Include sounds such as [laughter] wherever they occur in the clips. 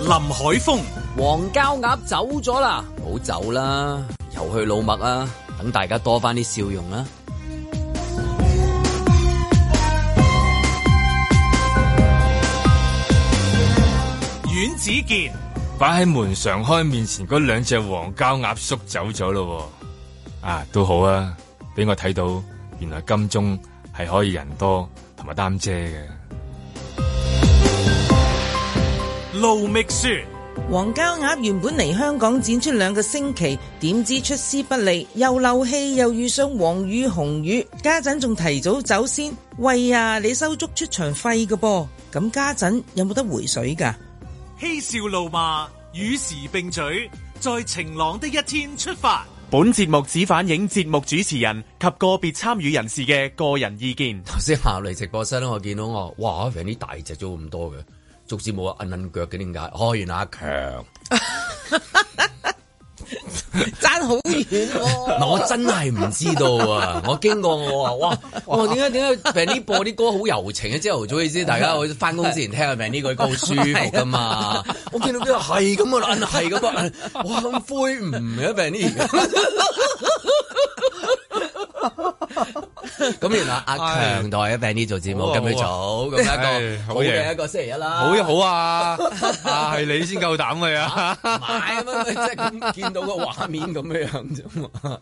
林海峰、黃膠鴨走咗啦，唔好走啦，又去老麥啦，等大家多翻啲笑容啊 [laughs] 啦。阮子健、擺喺門常開面前嗰兩隻黃膠鴨縮走咗咯喎，啊都好啊，俾我睇到原來金鐘係可以人多同埋擔遮嘅。盧覓雪。黃膠鴨原本嚟香港展出兩個星期，點知出師不利，又漏氣，又遇上黃雨紅雨，家陣仲提早走先。喂呀，你收足出場費㗎噃，咁家陣有冇得回水㗎？嬉笑怒罵，與時並舉，在晴朗的一天出發。本節目只反映節目主持人及個別參與人士嘅個人意見。頭先行嚟直播室咧，我見到我，哇！阿 Van 啲大隻咗咁多嘅，足趾冇啊，摁摁腳嘅點解？哦，原來阿強，爭好遠喎！嗱，我真係唔知道 [laughs] 啊！我經過我話，哇！我點解點解 Van 啲播啲歌好柔情嘅？啊朝頭早你 [laughs] 知，大家我翻工之前聽下 Van 呢句歌好舒服噶嘛。我見到邊個係咁啊，摁係咁啊，摁哇咁灰唔嘅 Van 啲。咁原來阿強代喺 Van 啲做節目，好啊咁佢早咁一唉個好好嘅嘢一個星期一啦。好啊好啊， [laughs] 啊係你先夠膽嘅啊！買咁樣， [laughs] 即係咁見到個畫面咁樣樣啫嘛，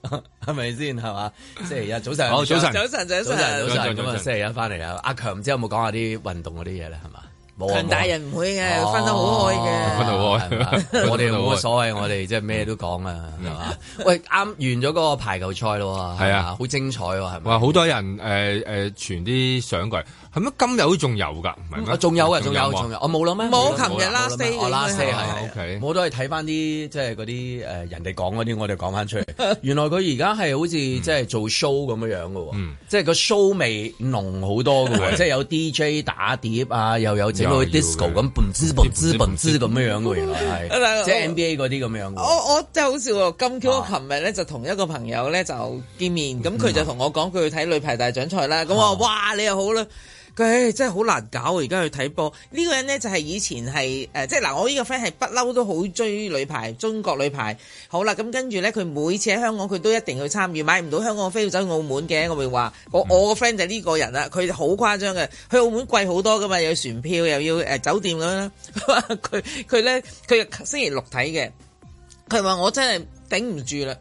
係咪先係嘛？星期一早晨，好早晨早晨，早早晨，晨，早晨早咁晨早啊！晨星期一翻嚟啦，阿強唔知有冇講下啲運動嗰啲嘢咧，係嘛？冇啊強大人唔會嘅，冇啊分得好開哦嘅分。得好開係嘛 [laughs] 我哋分得好冇開乜所謂，我哋即係咩都講啊，係 [laughs] 嘛？喂，啱完咗嗰個排球賽咯喎，係啊嘛好精彩喎，係咪？哇！好多人誒誒傳啲相過嚟，係咪今日都仲有㗎？唔係咩啊仲有啊，仲有，仲有有，我冇諗咩？冇諗琴冇日諗 last 冇諗 day 我 last day 應該係係 OK 我都係睇翻啲即係嗰啲誒呃人哋講嗰啲，我哋講翻出嚟。原來佢而家係好似即係做 show 咁樣樣嘅喎嗯，即係個 show 味濃好多嘅喎，係即係有 DJ 打碟啊，又有整到又要嘅 disco 咁嘣滋嘣滋嘣滋咁樣樣嘅喎，原來係嗱即係 NBA 嗰啲咁樣嘅喎。我我真係好笑喎！咁巧我啊嗯琴日咧就同一個朋友咧就見面，咁佢就同我講佢去睇女排大獎賽啦。咁我話：啊哇，你又好啦！佢唉真係好難搞啊！而家去睇波呢個人咧就係以前係誒、呃即係嗱，我呢個 friend 係不嬲都好追女排，中國女排。好啦，咁跟住咧，佢每次喺香港佢都一定去參與，買唔到香港嘅飛要走去澳門嘅。我嗯咪話我我個 friend 就係呢個人啦，佢好誇張嘅，去澳門貴好多噶嘛，又要船票又要誒、呃酒店咁樣啦。 [laughs] 佢佢咧佢星期六睇嘅。佢話我真係頂唔住啦。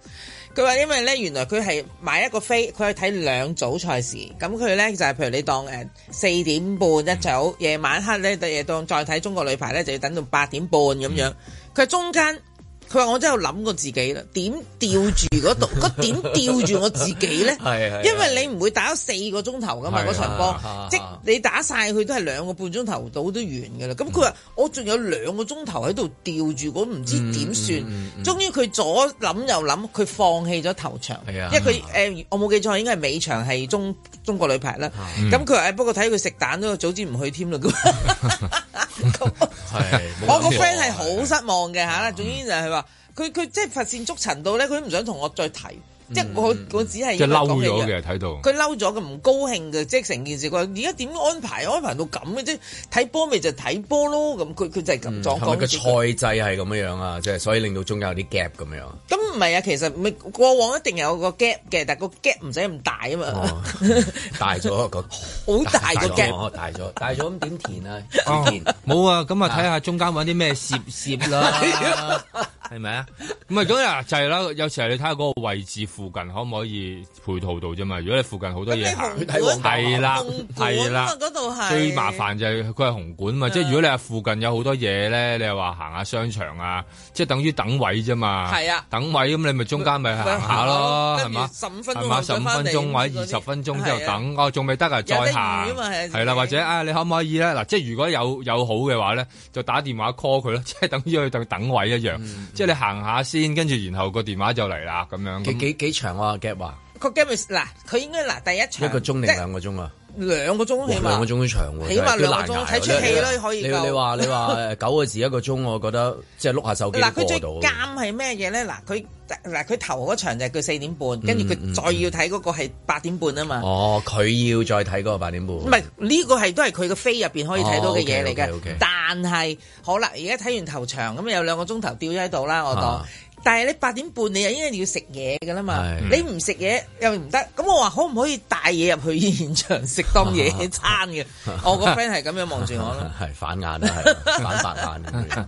佢話因為咧，原來佢係買一個飛，佢去睇兩組賽事。咁佢咧就係、譬如你當誒四點半一組，夜晚黑咧就夜當再睇中國女排咧，就要等到八點半咁樣。佢話中間。佢話：我真係有諗過自己啦，點吊住嗰度，嗰點吊住我自己咧？係係因為你唔會打咗四個鐘頭噶嘛，係嗰場啊啊啊波，即你打晒佢都係兩個半鐘頭到都完噶啦。嗯咁佢話：我仲有兩個鐘頭喺度吊住，我唔知點嗯算。終於佢左諗右諗，佢放棄咗頭場，係啊因為佢誒我冇記錯應該係尾場係中中國女排啦。啊嗯咁佢哎話：誒不過睇佢食蛋都早知唔去添啦。 [laughs] 咁係 [laughs] 我啊個 friend 係好失望嘅嗯嚇，總之就係話佢佢即係佛善足塵到咧，佢都唔想同我再提，即係嗯我我只係即係嬲因為講咗起哦嘅睇到。佢嬲咗，佢唔高興嘅，即係成件事。佢話而家點安排？安排到咁嘅啫，睇波咪就睇波咯。咁佢佢就係咁狀嗯係咪況。個賽制係咁樣樣啊？即係所以令到中間有啲 gap 咁樣。咁唔係啊，其實咪過往一定有個 gap 嘅，但係個 gap 唔使咁大啊嘛，大咗個 [laughs] [laughs] 好大個 gap。哦大咗，大咗咁點填啊？哦填冇啊，咁啊睇下中間揾啲咩攝 [laughs] 攝啦，係咪啊？唔係咁啊，就係啦。有時係你睇下嗰個位置附近可唔可以配套到啫嘛。如果你附近好多咁你嘢行，紅館係啦紅，館係啊啦嘛，嗰度係最麻煩就係佢係紅嗯館嘛。即係如果你係附近有好多嘢咧，你係話行下商場啊，即係等於等位啫嘛。係啊等位咁你咪中間咪行下咯，咪係嘛？跟住15分鐘係嘛？後十再五返分嚟鐘咁嗰或者二啲十分鐘之後係啊等，哦，仲未得啊，有得再預行啊嘛係啊係啦，或者啊，你可唔可以咧？嗱，即係如果有有好嘅話咧，就打電話 call 佢咯， [laughs] 即係等於去等等位一樣，嗯即係你行下先，跟住然後個電話就嚟啦，咁樣。幾咁幾幾長啊？gap 話個 gap 咪嗱，佢應該嗱第一一場個鐘定即係兩個鐘啊？兩個鐘起兩個碼。鐘長喎，起碼真係兩都個難鐘捱啊睇出真係戲啦可以你夠你話你話誒 [laughs] 九個字一個鐘，我覺得即係碌下手機嗱，佢最都過到監。係咩嘢咧？嗱，佢嗱佢頭嗰場就係佢四點半，跟住嗯佢嗯再要睇嗰個係八點半啊嘛。哦，佢要再睇嗰個八點半。唔係呢個係都係佢個飛入邊可以睇到嘅嘢嚟哦，OK，OK，OK 嘅，但係好啦，而家睇完頭場咁有兩個鐘頭吊咗喺度啦，我當啊。但係你八點半你又應該要食嘢㗎啦嘛，係你唔食嘢又唔得，咁我話可唔可以帶嘢入去現場食當 [laughs] 野餐嘅？我個 friend 係咁樣望住我咯。 [laughs] 係反眼啦，啊係反白眼 [laughs] 咁樣。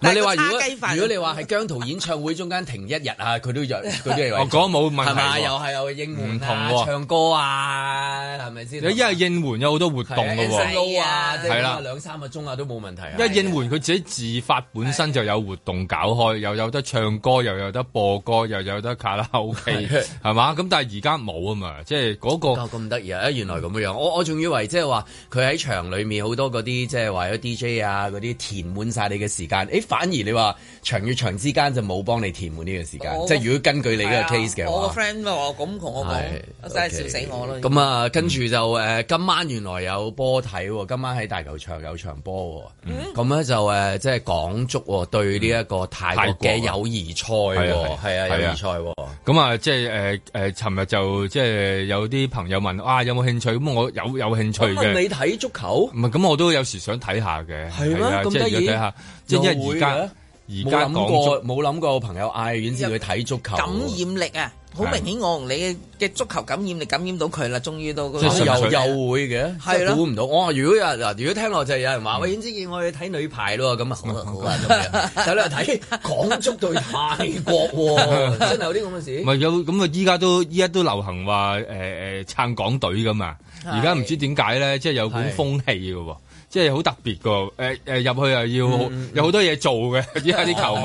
唔係你話如但係個叉雞果飯如果你話係姜濤演唱會中間停一日啊，[laughs] 佢都有佢都係為我講冇問題係咪？喎又係有應援唔同啊，喎唱歌啊，係咪先？你因為應援有好多活動嘅係啊喎，係啊，即係係啦兩三個鐘啊都冇問題啊。因為應援佢自己自發本身就有活動搞開，又有得唱歌，又有得播歌，又有得卡拉 OK，係嘛？咁但係而家冇啊嘛，即係嗰個哦咁得意啊！啊原來咁樣，我我仲以為即係話佢喺場裡面好多嗰啲即係話有 DJ 啊嗰啲填滿晒你嘅時間，誒反而你話場與場之間就冇幫你填滿呢個時間，我即係如果根 [laughs] 據你係嗰啊個 case 嘅話，我個 friend 話我咁同我係講，真係笑 OK 死我咯。咁啊，跟住就誒，今晚原來有波睇喎，今晚喺大球場有場波喎。咁咧就誒，即係港足喎對呢一個泰國嘅泰國啊友誼賽喎，係係啊啊，係友誼賽喎。咁啊，即係誒誒，尋、日就即係有啲朋友問啊，有冇興趣？咁我有有興趣咁問嘅。你睇足球唔係，咁我都有時想睇下嘅。係咩係啊咁即係得意如果睇下，即係因為而家又會嘅啊而冇家諗港足過啊冇諗過朋友嗌遠志去睇足球喎，感染力啊，好明顯我同你嘅足球感染力感染到佢啦，終於到嗰即個係純又粹又會嘅，係真係咯估唔到。我如果有人嗱，如果聽落就係有人話，喂，尹之健，我去睇女排咯， [laughs] 咁啊好啊好啊咁樣，睇啦睇港足對泰國 [laughs] 喎，真係有啲咁嘅事唔。係有咁啊！依家都依家都流行話誒誒撐港隊噶嘛，而家唔知點解咧，即係有股係風氣嘅喎，即係好特別個誒誒入去又要有好多嘢做嘅， [laughs] 依家啲球迷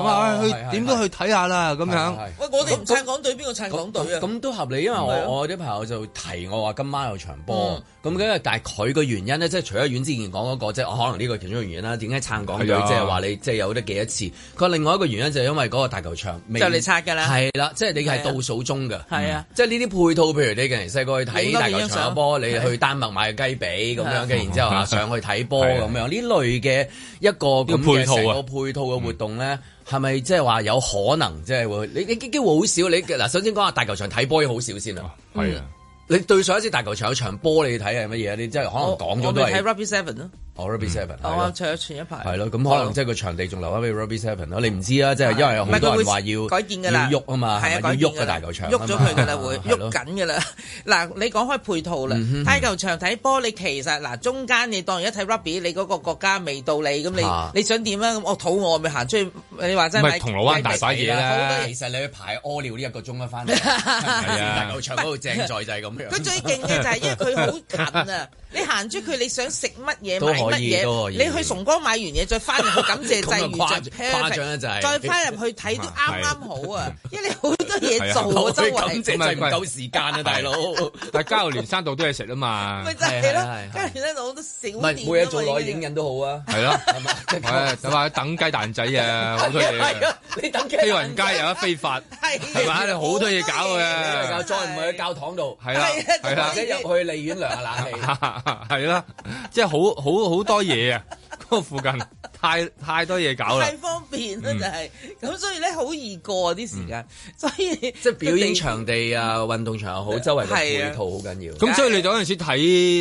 咁啊，嗯哦去係係點都去睇下啦咁樣。係喂，我哋唔撐港隊，邊個撐港隊啊？咁咁都合理，因為係啊我我啲朋友就提我話今晚有場波，咁跟住但係佢個原因咧，即係除咗阮之前講嗰個，即係可能呢個其中一個原因啦。點解撐港隊係啊即係話你即係有得幾多次？佢話另外一個原因就係因為嗰個大球場未就嚟拆㗎啦係啦，即係你係係啊倒數中㗎，係啊嗯即係呢啲配套，譬如你近年細個去睇影多大幾球張場相波，你去丹麥買個雞髀咁樣，跟住然之後啊上去睇波係咁啊樣，呢類嘅一個咁嘅呢個配套啊成個配套嘅活動咧，係咪即係話有可能即係會？你你機機會好少。你嗱，首先講下大球場睇波好少先啦。係啊，你對上一次大球場有場波你睇係乜嘢？你即係可能講我咗咪都睇係 Rugby Seven 咯， Rugby Seven 係我咯。唱咗全一排。係咯，咁可能即係個場地仲留翻俾 Rugby Seven 咯，你唔知啊，即係因為有好多人話要唔係佢會改建㗎啦要喐啊嘛，係啊，係咪改要變喐㗎嘅啦大球場啊喐嘛，咗佢㗎啦，會係咯喐緊㗎啦。 [laughs] 嗱，你講開配套啦，睇球場睇波，你其實嗱中間你當而家睇 rugby，你嗰個國家未到你，咁啊你你想點啊？咁我肚餓咪行出去，你話真唔係係買銅鑼灣大把係嘢啦啦好多其實你去排屙尿呢一個鐘一 [laughs] 翻嚟，係啊大球場嗰度正在就係咁佢樣。最勁嘅就係因為佢好近啊！ [laughs] 你行出佢，你想食乜嘢都買可乜以都可以嘢，你去崇光買完嘢再翻入去感謝祭 [laughs] 咁啊誇完就誇張啦就係 perfect，再翻入去睇都啱啱好啊！因為你好多嘢 [laughs] 做我啊，周真感圍謝就係唔夠時間啊，大佬。但係交流連山度都嘢食 [laughs] 啊嘛咪，就係係係咯係，跟住咧好多啊小唔店啊係每日做耐影嘅。印都好啊。[laughs] 係咯，係 [laughs] 嘛係就話等雞蛋仔 [laughs] 啊，好多嘢係啊。啊，你等幾希雲街有得非法，係啊係嘛你好多嘢搞嘅你教再唔啊係去教堂度，啊係啦，係啦啊或者入去利園涼下冷氣。 [laughs] [laughs] 係啦，即係好好好多嘢啊！嗰個附近太太多嘢搞啦太。方便嗯啦，就係咁，所以咧好易過啊啲時間，所以即係表演場地啊、運動場又好，周圍嘅係配啊套好緊要。咁所以你嗰陣時睇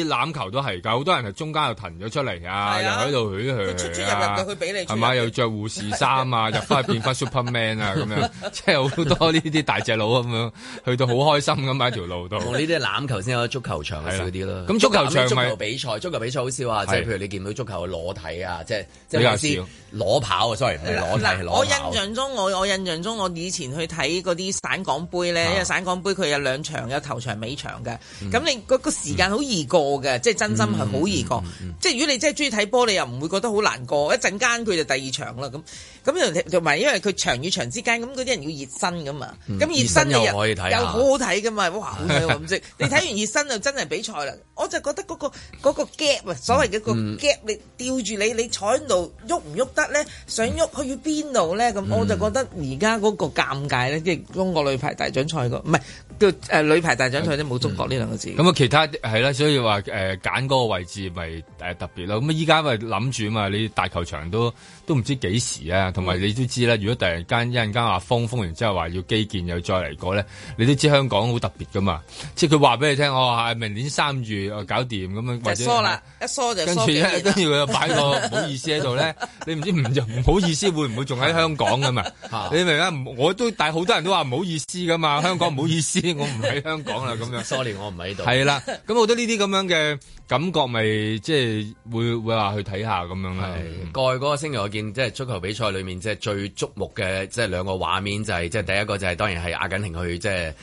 欖球都係㗎，好多人係中間又騰咗出嚟啊，係又啊喺度佢佢佢出出入入啊嘅，佢俾你出係入咪又着護士 [laughs] 衫啊，入翻去變翻 Superman 啊咁樣，即係好多呢啲大隻佬咁樣，去到好開心咁喺條路度。哦同呢啲欖球先有足球場嘅少啲啦。咁足球場咪足球比賽，足球比賽好少啊！即係係譬如你見到足球嘅裸體啊，即係即比較係先少裸跑啊，sorry，唔係裸體係嗱，裸我跑印。象中，我我印象中，我以前去睇嗰啲省港杯嗯咧，因為省港杯佢有兩場，有頭場、尾場嘅。咁你嗰個時間好易過嗯嘅，即係真心係好易過。即係如果你真係中意睇波，你又唔會覺得好難過。一陣間佢就第二場啦，咁咁同埋因為佢場與場之間，咁嗰啲人要熱身噶嘛。咁熱身嗯熱你身又可以睇下又好好睇噶嘛，哇！好睇喎咁即係你睇完熱身就真係比賽啦。我就覺得嗰個嗰個 gap 啊，所謂嘅個 gap，你吊住住你，你坐喺度喐唔喐得咧？想喐去邊度咧？咁我就覺得而家嗰個尷尬咧，即係中國女排大獎賽個唔係叫誒女排大獎賽啫，冇中國呢兩個字。咁啊，其他係啦，所以話誒揀嗰個位置咪誒特別咯。咁啊依家咪諗住嘛，你大球場都都唔知幾時啊，同埋你都知啦。如果突然間一陣間話封封完之後話要基建又再嚟過咧，你都知香港好特別噶嘛。即係佢話俾你聽，我係明年三月哦我搞掂咁啊樣，或就者疏啦，一疏就跟疏住幾咧，年跟啦住佢又擺個 [laughs] 唔好意思喺度咧，你唔知 [laughs] 唔就唔好意思會唔會仲喺香 [laughs] 港噶嘛？你明唔明啊？唔我都但係好多人都話唔好意思噶嘛，香港唔好意思，我唔喺香港啦咁樣。 sorry，我唔喺度。係啦，咁我覺得呢啲咁樣嘅感覺，咪即係會會話去睇下咁樣嗯啦。係過去嗰個星期，我見即係足球比賽裏面，即係最矚目嘅，即係兩個畫面就係、即係第一個就係當然係阿根廷去即係誒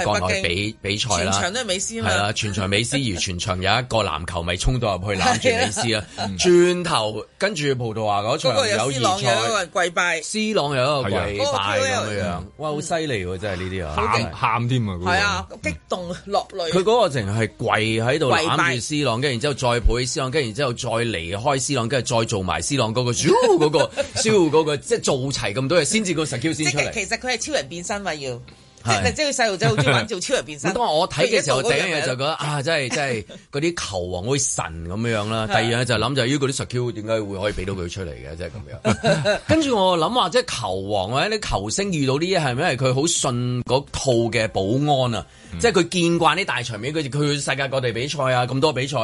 係國內北京比比賽全啦。場都係美斯啊係嘛啦，。全場美斯，而全場有一個籃球迷衝到入去攬住美斯 [laughs] 啦，嗯轉頭跟住葡萄牙嗰嗰個場有友 C 誼朗，有一個賽人跪拜， ，C 朗有一個跪係啊拜咁樣嗰個樣，哇，好犀利喎！真係呢啲啊，喊喊添啊！嗰個係啊，激動落佢嗰淚。個淨係跪喺度跪攬拜住 C 朗，跟住然之後再抱起 C 朗，跟住然之後再離開 C 朗，跟住再做埋 C 朗嗰個 [laughs] 咻嗰個咻嗰個，即係做齊咁多嘢先至個 skill 即先出係嚟。其實佢係超人變身嘛要，即係係即係佢細路仔好中意 [laughs] 玩做超人變咁身。當我睇嘅時候，第一樣嘢就覺咁。得啊，真係真係嗰啲球王好似神咁樣啦。第二樣嘢就諗就係咦，嗰啲 skill 點解會可以俾到佢出嚟嘅，即係咁樣。跟住我諗話，即係球王或者啲球星遇到呢啲係咪因為佢好信嗰套嘅保安啊？嗯即係佢見慣啲大場面，佢佢去世界各地比賽啊，咁多比賽。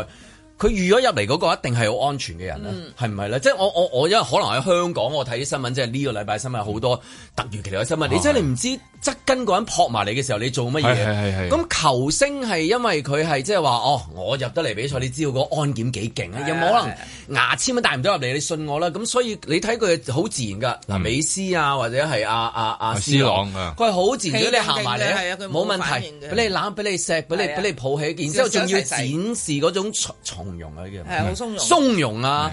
佢預咗入嚟嗰個一定係好安全嘅人咧，啊嗯係唔係咧？即係我我我因為可能喺香港，我睇啲新聞，即係呢個禮拜新聞好多突如其來嘅新聞，你真係你唔知側跟嗰人撲埋嚟嘅時候，你做乜嘢？哦係係係係咁球星係因為佢係即係話哦，我入得嚟比賽，你知道個安檢幾勁啊？有冇可能牙籤都帶唔到入嚟？你信我啦。咁所以你睇佢好自然㗎。嗱，美斯啊，或者係阿阿阿 C 朗啊佢係好自然。如果你行埋氣定定嘅係啊嚟，佢冇冇問反題應嘅，俾你攬，俾你錫，俾你係啊俾你抱起，然之後仲要小手展細示嗰種從從容啊叫。係好鬆容。鬆容啊！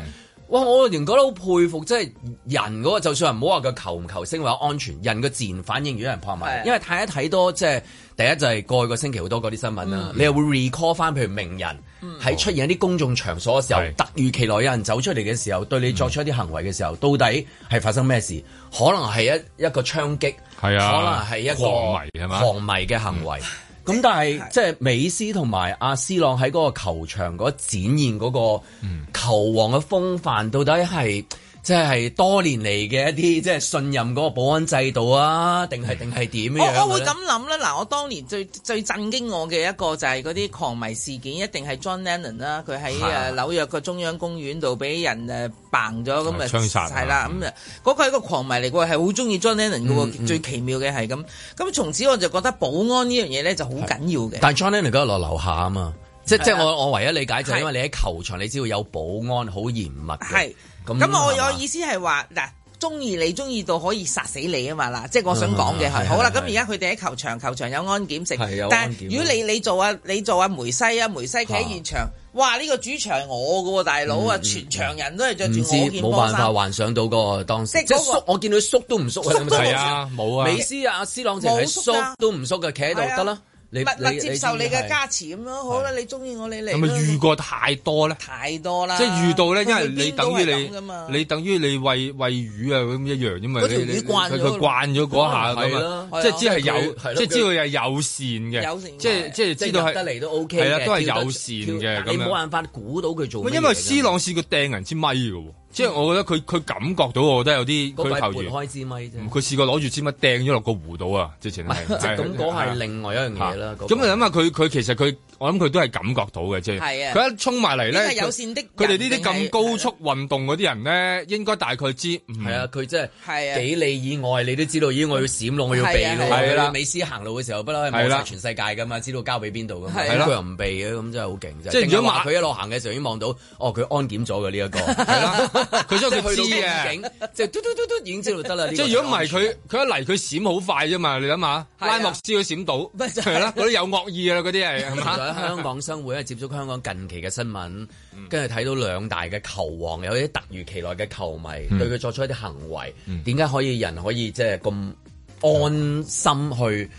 哇！我仍覺得好佩服，即係人嗰個，就算係唔好話佢球唔球星或者安全，人嘅自然反應如果有人撲埋，係因為睇一睇多即係第一就係過去個星期好多嗰啲新聞啦，你又會 recall 翻，譬如名人喺出現一啲公眾場所嘅時候，係突如其來有人走出嚟嘅時候，對你作出一啲行為嘅時候，到底係發生咩事？可能係一一個槍擊，係啊可能係一個狂迷係嘛狂迷嘅行嗯為。咁但係即係美斯同埋阿斯朗喺嗰個球場嗰展現嗰個嗯球王嘅風範，到底係即係多年嚟嘅一啲即係信任嗰個保安制度啊，定係定係點樣嗯我我會嘅咁咧諗啦，嗱，我當年最最震驚我嘅一個就係嗰啲狂迷事件，一定係 John Lennon 啦，佢喺嚇誒紐約個中央公園度俾人誒掟咗咁啊，槍殺啊係啦，咁啊，嗰個係一個狂迷嚟嘅，係好中意 John Lennon 嘅嗯喎，最奇妙嘅係咁，咁從此我就覺得保安呢樣嘢咧就好緊要嘅。但係 John Lennon 嗰日落樓下啊嘛，即即係係啊我我唯一理解就係因為係你喺球場，你知道有保安好嚴密嘅。係嗯咁咁我係嘛我意思係話嗱。中意你中意到可以殺死你啊嘛嗱，即係我想講嘅嗯係好啦。係咁係而家佢哋喺球場，球場有安檢係食有，但安檢係如果你你做啊，你做啊梅西啊，梅西企喺現場，哇！呢個主場係我嘅喎，大佬嗯啊，全場人都係着唔住知我件冇波辦法衫，幻想到嗰個當時，即係即係嗰個縮，我見佢縮都唔縮啊！你有冇睇過係啊，冇啊，美斯啊，阿斯朗淨係冇縮㗎縮都唔縮嘅，企喺度係啊得啦。你默你默接受你知嘅係加持咁樣，好啦，你中意我你嚟咁啊遇啦，過太多咧。太多啦，即係遇到咧，去因為啊邊你都等於係咁㗎嘛你，你等於你餵餵魚啊咁一樣啫嘛。嗰條你你魚慣佢咗佢咯慣咗嗰下係咁啦啊，即係知係係咯有，即係佢知道係友善嘅，友善嘅即係即係即知係道入係得嚟都 OK 係啦嘅，都係跳得友善跳嘅你咁樣冇辦法估到佢做乜嘢㗎。因為 C 朗試過掟人支咪嘅喎，即係我覺得佢佢感覺到，我覺得有啲嗰位佢撥球員。開支咪啫，佢試過攞住支咪掟咗落個湖度啊！之前係 [laughs] 即係咁嗰係係另外一樣嘢啦。嗰個咁啊你諗下佢佢其實佢我諗佢都係感覺到嘅，即係係啊佢一衝埋嚟咧，呢個係友佢善的人佢哋呢啲定咁係高速運動嗰啲人咧，應該大概知嗯係 [laughs] 係啊，佢即係係啊幾里以外，你都知道，咦，我要閃咯，我要避係啊咯。係啊係啦美斯行路嘅時候，不嬲係係望啦晒全世界噶嘛，知道交俾邊度噶嘛。係咁啦佢又唔避嘅，咁真係好勁。即係如果話馬佢一路行嘅時候已經望到，哦，佢安檢咗嘅呢一個， [laughs] 係係啦，佢所以佢知嘅。嘅，即係嘟嘟嘟嘟已經知道得啦。呢個即係如果唔係就安全佢佢一嚟佢閃好快啫嘛，你諗下啊拉莫斯佢 [laughs] 閃到，咪就係係啦，嗰啲有惡意啊嗰啲係仲係 [laughs] 嘛有喺香港生活咧，接觸香港近嗯期嘅新聞，跟住睇到兩大嘅球王有啲突如其來嘅球迷、嗯對佢作出一啲嗯行為，點解、可以人可以即係咁安心去？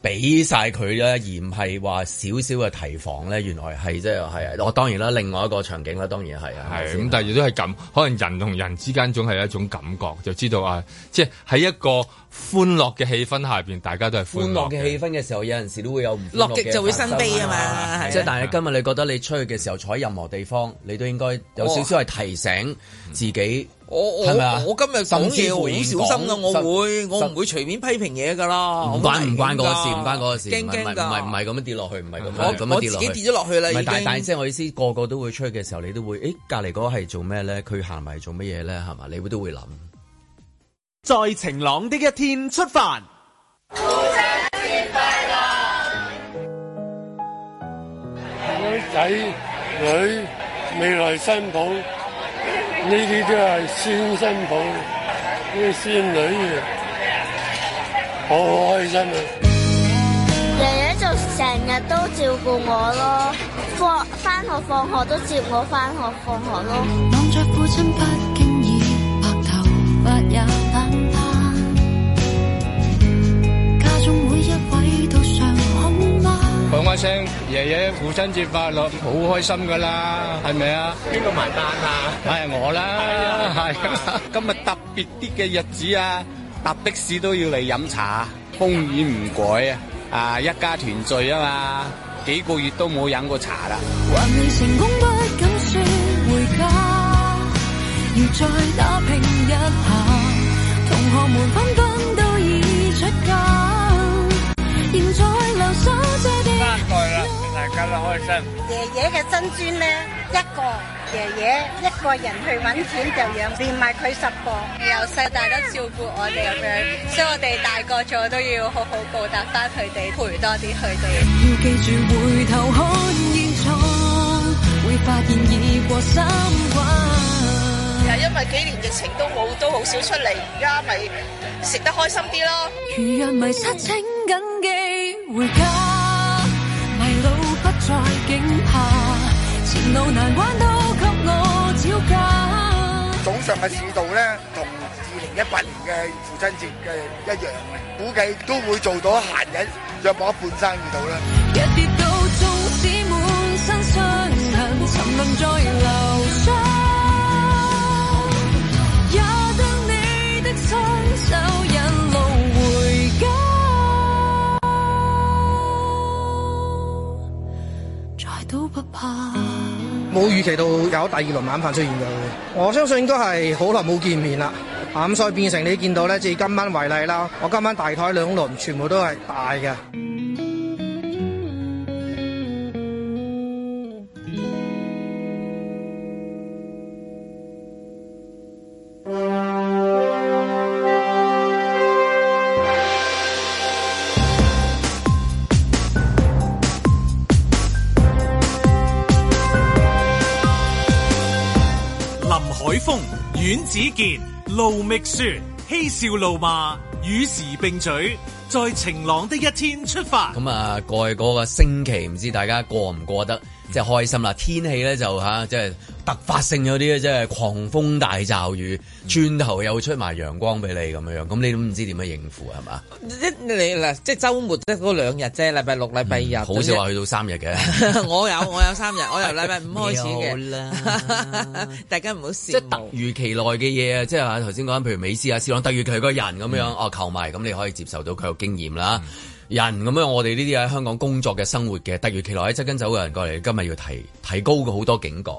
俾晒佢啦，而唔係話少少嘅提防咧，原來係即係係啊我當然啦，另外一個場景啦，當然係啊，係係咁，咪先但係亦都係咁，可能人同人之間總係一種感覺，就知道啊，即係喺一個歡樂嘅氣氛下邊，大家都係歡歡樂樂嘅氣氛嘅時候，有陣時都會有唔歡樂樂極就會生悲啊嘛發生係即係但係今日你覺得你出去嘅時候，坐喺任何地方，你都應該有少哦少係提醒自己。我我係咪啊我今日講甚至嘢乎好已經小心噶，講我甚會我甚唔會隨便批評嘢噶啦，唔我關係唔關嗰個㗎事，唔關嗰個事，唔係驚唔驚係㗎唔係唔係咁樣跌落去，唔係咁樣咁我樣我跌自落己去。跌咗落去啦，唔已係，但但即經。係我意思，個個都會出去嘅時候，你都會，誒隔離嗰個係做咩咧？佢行埋做乜嘢咧？係嘛？你會都會諗。在晴朗的一天出發。仔女未來新抱，呢啲都係孫新抱，呢啲孫女嘅，好開心啊！爺爺就成日都照顧我咯，放翻學放學都接我翻學放學咯。望着父親不經意白頭髮也冷淡，家中每一位都尚恐嗎？講一聲爺爺父親節快樂，好開心噶啦，係咪啊？邊個埋單啊？梗係我啦，係 [laughs] 啊！今日特別啲嘅日子啊，搭的士都要嚟飲茶，風雨唔改啊！啊，一家團聚啊嘛，幾個月都冇飲過茶啦。還未成功不敢説回家，要再打拼一下。同學們紛紛都已出嫁，仍在留守這地。爺爺嘅珍珠呢，一個爺爺一個人去揾錢就養，變埋佢十個，由細大都照顧我哋咁樣，所以我哋大個咗都要好好報答翻佢哋，陪多啲佢哋。要記住回頭看現狀，會發現已過三關。因為幾年疫情都冇，都好少出嚟，而家咪食得開心啲咯。如若迷失，請緊記回家。迷路不再驚怕，前路難關都給我招架。早上嘅市道咧，同二零一八年嘅父親節嘅一樣嘅，估計都會做到閒日約莫一半生意到啦。一跌倒，縱使滿身傷痕，沉淪再流傷，也得你的雙手引路回家。再都不怕。冇預期到有第二輪晚飯出現嘅，我相信應該係好耐冇見面啦。啊咁，所以變成你見到咧，即係今晚為例啦，我今晚大台兩輪全部都係大嘅。林海峰、阮子健、盧覓雪，嬉笑怒罵，與時並舉，在晴朗的一天出發。咁啊，過去嗰個星期，唔知大家過唔過得即係開心啦？天氣咧就吓，即係突發性有啲即係狂風大驟雨，轉頭又出埋陽光俾你咁樣樣，咁你都唔知點樣應付係嘛？一你嗱，即係週末得嗰兩日啫，禮拜六、禮拜日。嗯好啊少話去到三日嘅， [laughs] 我有我有三日，我由禮拜五開始有 [laughs] 嘅。啦 [laughs] 大家唔好即笑係突我。如其來嘅嘢啊！即係話頭先講緊，譬如美斯啊、斯朗，突如其來個人咁樣，哦球迷咁你可以接受到佢有經驗啦。人咁樣，我哋呢啲喺香港工作嘅生活嘅，突如其來喺側跟走嘅人過嚟，今日要提提高佢好多警覺，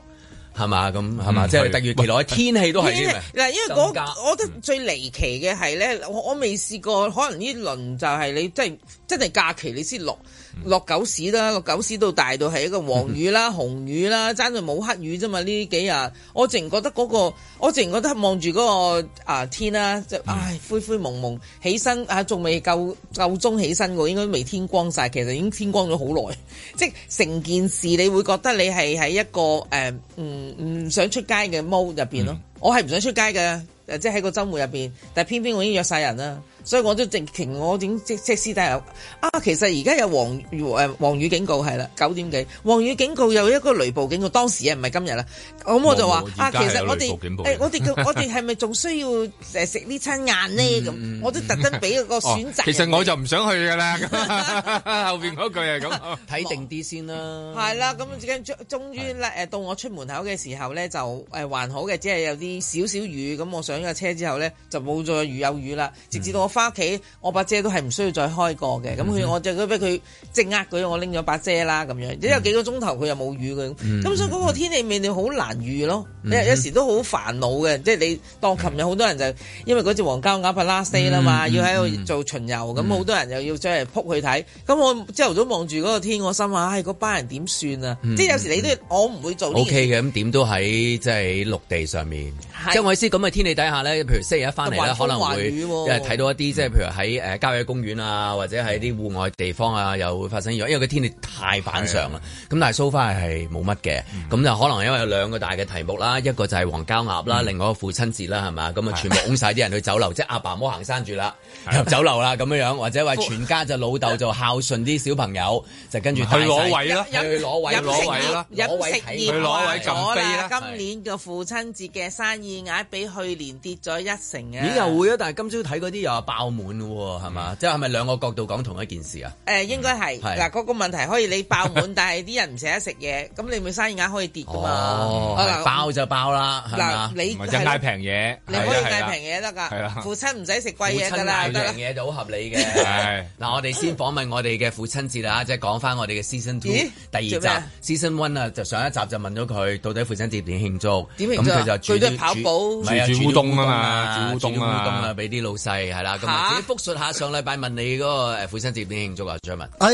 係嘛咁係嘛？嗯即係係突如其來天氣都係因為呢嗱，因為增加嗯嗰，我覺得最離奇嘅係咧，我我未試過，可能呢輪就係你真係真係假期你先落嗯落狗屎啦，落狗屎到大到係一個黃雨 [laughs] 啦、紅雨啦，爭到冇黑雨啫嘛。呢幾日我淨覺得嗰、個，我淨覺得望住嗰個啊天啦，就唉灰灰蒙蒙，起身啊仲未夠夠鐘起身喎，應該未天光晒，其實已經天光咗好耐。 [laughs] 即係成件事，你會覺得你係喺一個誒唔唔想出街嗯呃嘅 mode 入邊咯。我係唔想出街嘅，誒即係喺個週末入邊，但係偏偏我已經約晒人啦，所以我都直情我點即即私底下啊，其實而家有黃誒黃雨警告係啦，九點幾黃雨警告有一個雷暴警告，當時啊唔係今日啦，咁我就話冇冇啊，而其家係實有我雷哋暴警報誒我哋嘅我哋係咪仲需要誒食呢餐晏呢？咁我都特登俾個選擇人哋。嗯哦其實我就唔想去噶啦，咁後邊嗰句係咁。睇定啲先啦。係啦，咁跟終終於咧誒，到我出門口嘅時候咧，就誒還好嘅，只係有啲少少雨。咁我上咗車之後咧，就冇再雨有雨啦。直至到我翻屋企，我把遮都係唔需要再開過嘅。咁佢、嗯我就俾佢即係呃佢，我拎咗把遮啦咁樣。因為有幾個鐘頭佢又冇雨嘅，咁、嗯所以嗰個天氣面你好難預咯。嗯有有時都好煩惱嘅，即係你當琴日好多人就因為嗰隻黃膠鴨係 last day 啦嘛，嗯嗯嗯要喺度做巡遊，咁好多人又要再嚟撲去睇。咁我朝頭早望住嗰個天，我心話：唉，嗰班人點算啊？嗯即係有時你都我唔會做呢 O 件 K 事。嘅，咁點都喺即係陸地上面，即係我意思咁嘅天氣底下咧，譬如星期一翻嚟咧，橫風可能橫會雨喎因為睇到一啲即係譬如喺誒郊野公園啊，或者喺啲戶外地方啊，又會發生意外，因為個天氣太反常啦。咁但係啊嗯 so far 係冇乜嘅，咁就可能因為有兩個大嘅題目啦，一個就係黃膠鴨啦，另外一個父親節嗯啦，係嘛？咁啊，全部擁晒啲人去酒樓，即係阿爸唔好行山住啦，入酒樓啦咁樣樣，或者話全家就老豆就孝順啲小朋友，就跟住 [laughs] 去攞位啦啦，去攞位，飲攞位食啦，飲食睇業佢攞位撳咗飛啦，啦今年嘅父親節嘅生意額比去年跌咗一成啊！咦又會啊！但係今朝睇嗰啲又話爆滿嘅喎，係嘛？即係係咪兩個角度講同一件事啊？誒呃應該係係嗱，嗰個問題可以你爆 [laughs] 滿，但係啲人唔捨得食嘢，咁你咪生意額可以跌㗎嘛？哦，啊嗱係啊爆就爆啦，係嘛嗱，？你唔係就嗌平嘢，你可以係嗌啦平嘢得係啊啦㗎，父親唔使食父貴嘢親㗎啦，買得啦樣。嘢就好合理嘅係。嗱，我哋先訪問我哋嘅父親節啊啦，即係講翻我哋嘅 Season Two 咦第做咩二啊集 Season One 啊，就上一集就問咗佢到底父親節點慶祝？點慶祝咁啊佢就煮佢都係啲跑步唔係啊煮啲烏冬啊嘛煮煮啲烏烏冬啊冬啊，俾啲老細係啦。咁嚇啊，自己復述下上禮拜問你嗰個誒父親節點慶祝啊，張文唉，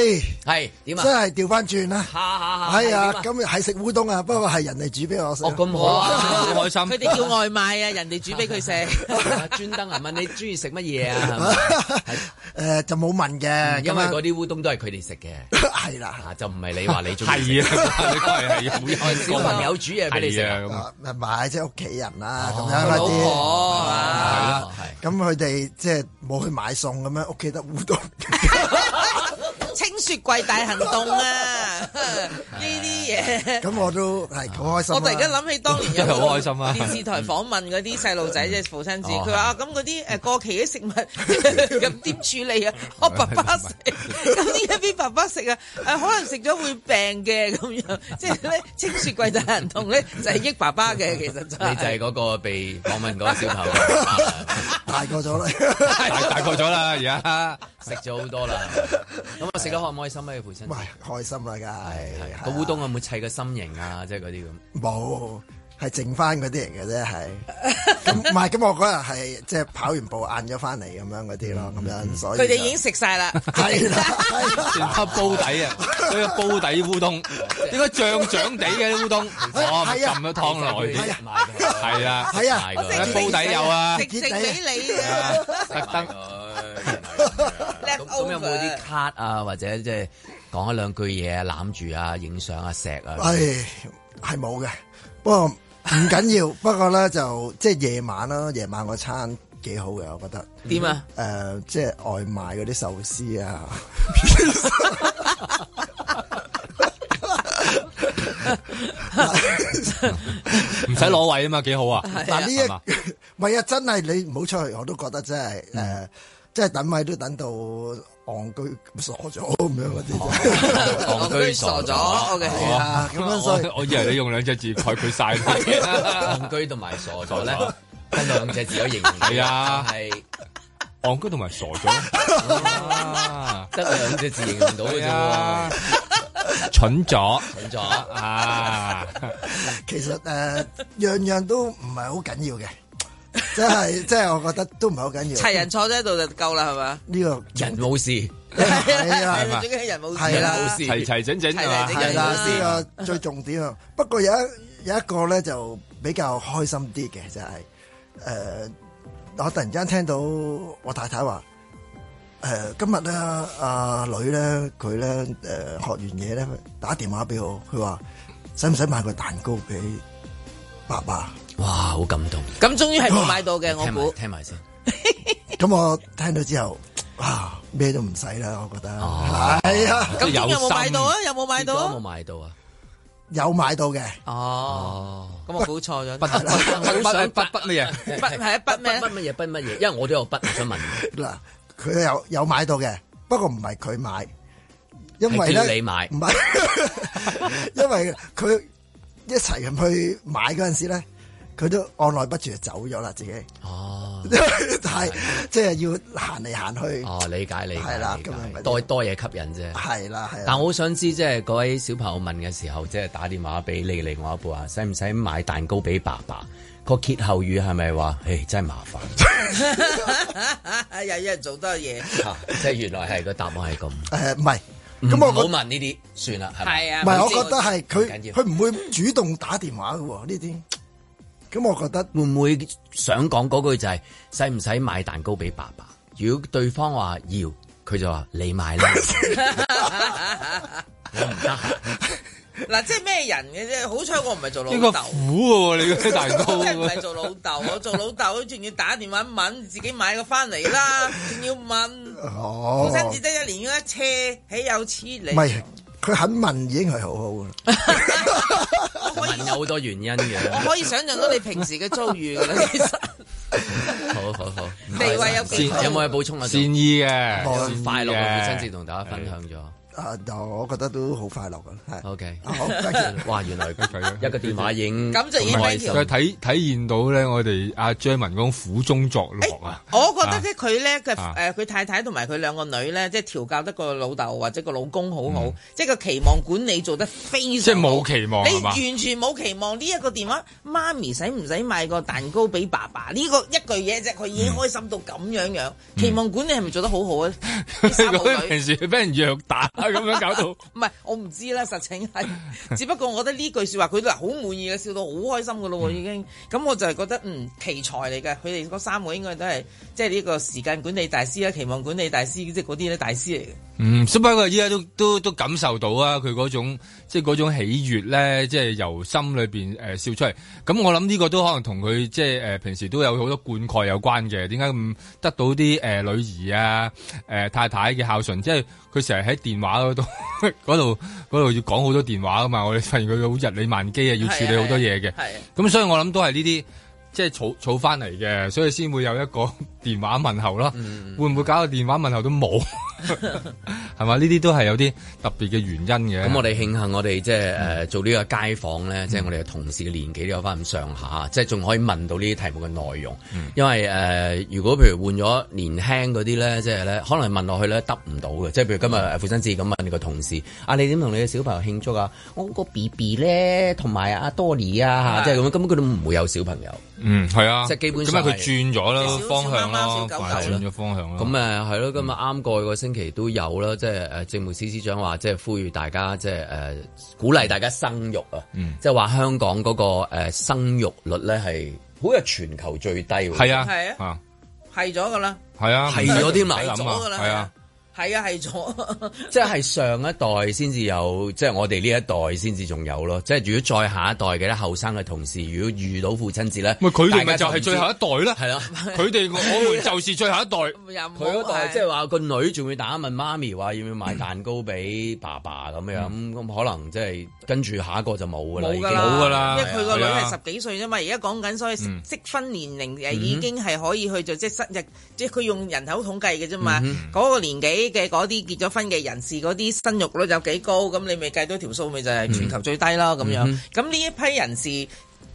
係點啊？真係調翻轉啦！嚇係 [laughs] 點啊啊，今日係食烏冬啊，不過係人哋煮俾我食。 [laughs] 哦，咁好啊 [laughs] 好開心佢哋叫外賣啊，人哋煮俾佢食。 [laughs] [laughs] 專登啊問你中意食乜嘢啊？ [laughs] 誒就冇問嘅，因為咁樣 [laughs] 嗰啲烏冬都係佢哋食嘅，係啦，啊就唔係你話你中意食。係啊，你講係係有有小朋友煮嘢俾你食啊係啊咪買即係屋企人啦，咁佢樣嗰老婆啲啊係啦，咁佢哋即係冇去買餸咁樣，屋企得烏冬。 [laughs] 清雪櫃大行動啊！[laughs] [laughs] 呢啲嘢。咁我都係好開心我啦。突然間諗起當年真係有好開心啊電視台訪問嗰啲細路仔即係父親節，哦佢話啊咁嗰啲誒過期嘅食物咁點處理啊？我爸爸食，咁呢一邊爸爸食啊，誒可能食咗會病嘅咁樣，即係咧清雪櫃大行動咧就係益爸爸嘅，其實就你就係嗰個被訪問嗰個小朋友，大個 [laughs] 咗啦， [laughs] [laughs] 大大個咗啦，而家食咗好多啦。咁我食得開唔開心啊咧？父親喂，開心啦，梗係個烏冬有冇砌個心形啊？即係嗰啲咁。冇，係剩翻嗰啲嚟 [laughs] 嘅啫，係。咁唔係，咁我嗰日係即係跑完步晏咗翻嚟咁樣嗰啲咯，咁樣所以佢哋就已經 [laughs] 食晒啦， [laughs] 係啦，全黑煲底啊，所以煲底烏冬應該漲漲地嘅啲烏冬，哦係啊浸咗湯落去，係係啦，係啊，係喺煲底有啊食，食俾你啊！特登咁咁有冇啲卡啊，或者即係講一兩句嘢啊，攬住啊，影相啊，錫 [laughs] 啊？唉，係冇嘅。不過唔緊要，不過咧就即係夜晚啦，夜晚個餐幾好嘅，我覺得。點啊？誒，即係外賣嗰啲壽司啊，唔使攞位啊嘛，幾好啊！嗱呢係嘛一， [laughs] 唔係啊，真係你唔好出去，我都覺得真係誒，即係等位都等到戇居傻咗咁樣嗰啲 [laughs] 啫。戇居傻咗，OK。係啊，咁樣所以我我以為你用兩隻字概括晒，戇居同埋傻咗咧，得兩隻字有形容嘅。係啊係戇居同埋傻咗，啊得兩隻字形容到嘅啫係喎啊。蠢咗蠢咗。 [laughs] 啊！其實誒、呃、樣樣都唔係好緊要嘅，真係即係我覺得都唔係好緊要。齊人坐咗喺度就夠啦，係嘛？呢個人冇事，係 [laughs] 係啊咪？最緊要人冇事係啦啦。齊齊整整啊係嘛齊齊整整係啊人啦，冇事呢個最重點啊。不過有一有一個咧就比較開心啲嘅，就係、呃我突然間聽到我太太話。誒、今日咧，阿、女咧，佢咧誒學完嘢咧，打電話俾我，佢話使唔使買個蛋糕俾爸爸？哇，好感動。咁終於係冇買到嘅，我聽埋估。聽埋先。咁我聽到之後，哇，咩都唔使啦，我覺得係啊。咁有冇買到啊？有冇買到啊？買到啊？有買到嘅。 [laughs] 哦，咁我估錯咗。好想筆筆乜嘢？筆係筆咩？筆乜嘢？筆乜嘢？因為我都有筆，我 [laughs] 想問。嗱，佢有有買到嘅，不過唔係佢買，因為係叫咧你買唔係， [laughs] 因為佢一齊去買嗰陣時咧，佢都按耐不住就走咗啦，自己。 [laughs] 哦，係即係要行嚟行去。哦，理解理解，係啦理咁樣咪解多多嘢吸引啊啫。係啦係啦。但我好想知，即係嗰位小朋友問嘅時候，即係打電話俾你另外一半啊，使唔使買蛋糕俾爸爸？個歇後語係咪話，唉，真係麻 [laughs] 煩？ [laughs] 又有人做多嘢。即係原來係個答案係咁。誒唔係，咁咁我我唔好問呢啲，算啦，係咪係唔係，我覺得係佢佢唔會主動打電話嘅喎呢啲。咁我覺得會唔會想講嗰句就係使唔使買蛋糕俾爸爸？如果對方話要，佢就話你 [laughs] 買啦，我唔得閒。嗱，即係咩人嘅啫？好彩我唔係做老呢個豆。苦嘅喎，你嗰啲蛋 [laughs] 糕。真係唔係做老豆，我做老豆仲要打電話問，自己買個翻嚟啦，仲要問。哦父，親節得一年要一車，豈有此理？唔係佢肯問已經係好好嘅啦。問有好多原因嘅。我可以想象到你平時嘅遭遇㗎啦，其實好好好，唔該地位有幾高善有冇嘢補充啊？善意嘅有善意快樂嘅嘅父親節同大家分享咗。啊，我覺得都好快樂嘅，係。啊 OK，好，多 [laughs] 謝哇！原來一個電話影咁就已經咁 thank you 開佢心體體現到咧，我哋阿張文講苦中作樂啊！ [laughs] 我覺得咧，佢咧嘅啊誒，佢太太同埋佢兩個女咧，即係調教得個老豆或者個老公好好，即係個期望管理做得非常好。嗯即係冇期望係嘛你完全冇期望呢一個電話，媽咪使唔使買個蛋糕俾爸爸？呢個一句嘢啫，佢已經嗯開心到咁樣樣。期望管理係咪做得好 [laughs] 好啊？呢三母佢女平時俾人虐打咁樣搞到。唔係，我唔知啦，實情係。 [laughs] 只不過我覺得呢句説話佢都係好滿意嘅，笑到好開心噶咯喎已經。咁我就係覺得嗯奇才嚟嘅，佢哋嗰三個應該都係即係呢個時間管理大師啦、期望管理大師即係嗰啲咧大師嚟嘅。嗯，只不過依家都都都感受到啊，佢嗰種即係嗰種喜悅咧，即係由心裏邊誒笑出嚟。咁我諗呢個都可能同佢即係誒、呃平時都有好多灌溉有關嘅。點解咁得到啲誒、呃女兒啊、誒、太太嘅孝順？即係佢成日喺電話嗰度嗰度嗰度要講好多電話噶嘛。我哋發現佢好日理萬機啊，要處理好多嘢係嘅。啊咁所以我諗都係呢啲即係儲儲翻嚟嘅，所以先會有一個 [laughs] 電話問候啦。嗯會唔會搞到電話問候都冇？ [laughs] 係嘛？呢啲都係有啲特別嘅原因嘅。咁我哋慶幸我哋即係誒做呢個街訪咧，即係我哋嘅同事嘅年紀都有翻咁上下，即係仲可以問到呢啲題目嘅內容。因為誒、呃如果譬如換咗年輕嗰啲咧，即係咧，可能問落去咧得唔到嘅。即係譬如今日呃誒父親節咁問你個同事：啊，你點同你嘅小朋友慶祝啊？我個 B B 咧，同埋阿多尼啊，即係咁樣，根本佢都唔會有小朋友。嗯，係啊，即係基本上咁啊，係佢轉咗啦小方向小貓貓咯，小狗狗快轉咗方向咯。咁誒係嗯咯，咁啊啱過去個星期都有啦，即係誒政務司司長話，即係呼籲大家即係誒鼓勵大家生育啊，嗯即係話香港嗰個誒生育率咧係好似係全球最低喎，係啊，係啊啊，係咗噶啦，係啊，係咗添啦唔使諗咗㗎啦係啊，係啊係咗。 [laughs] 即係上一代先至有，即係我哋呢一代先至仲有咯，即係如果再下一代嘅咧後生嘅同事，如果遇到父親節咧，咪啊佢哋咪就大家係唔知最後一代啦，係啦，佢哋我們就是最後一代。佢嗰代即係話個女仲要打問媽咪話要唔要買蛋糕俾爸爸咁樣，咁可能即係跟住下一個就冇噶啦，已嗯冇經㗎啦，㗎啦因為佢個女係係啊十幾歲啫嘛，而家講緊所以嗯適婚年齡誒已經係可以去做即係失日，即係佢用人口統計嘅啫嘛。嗯嗰個年紀嘅嗰啲結咗婚嘅人士，嗰啲生育率有幾高，咁你咪計到條數，咪就係全球最低啦咁樣嗯。咁呢一批人士。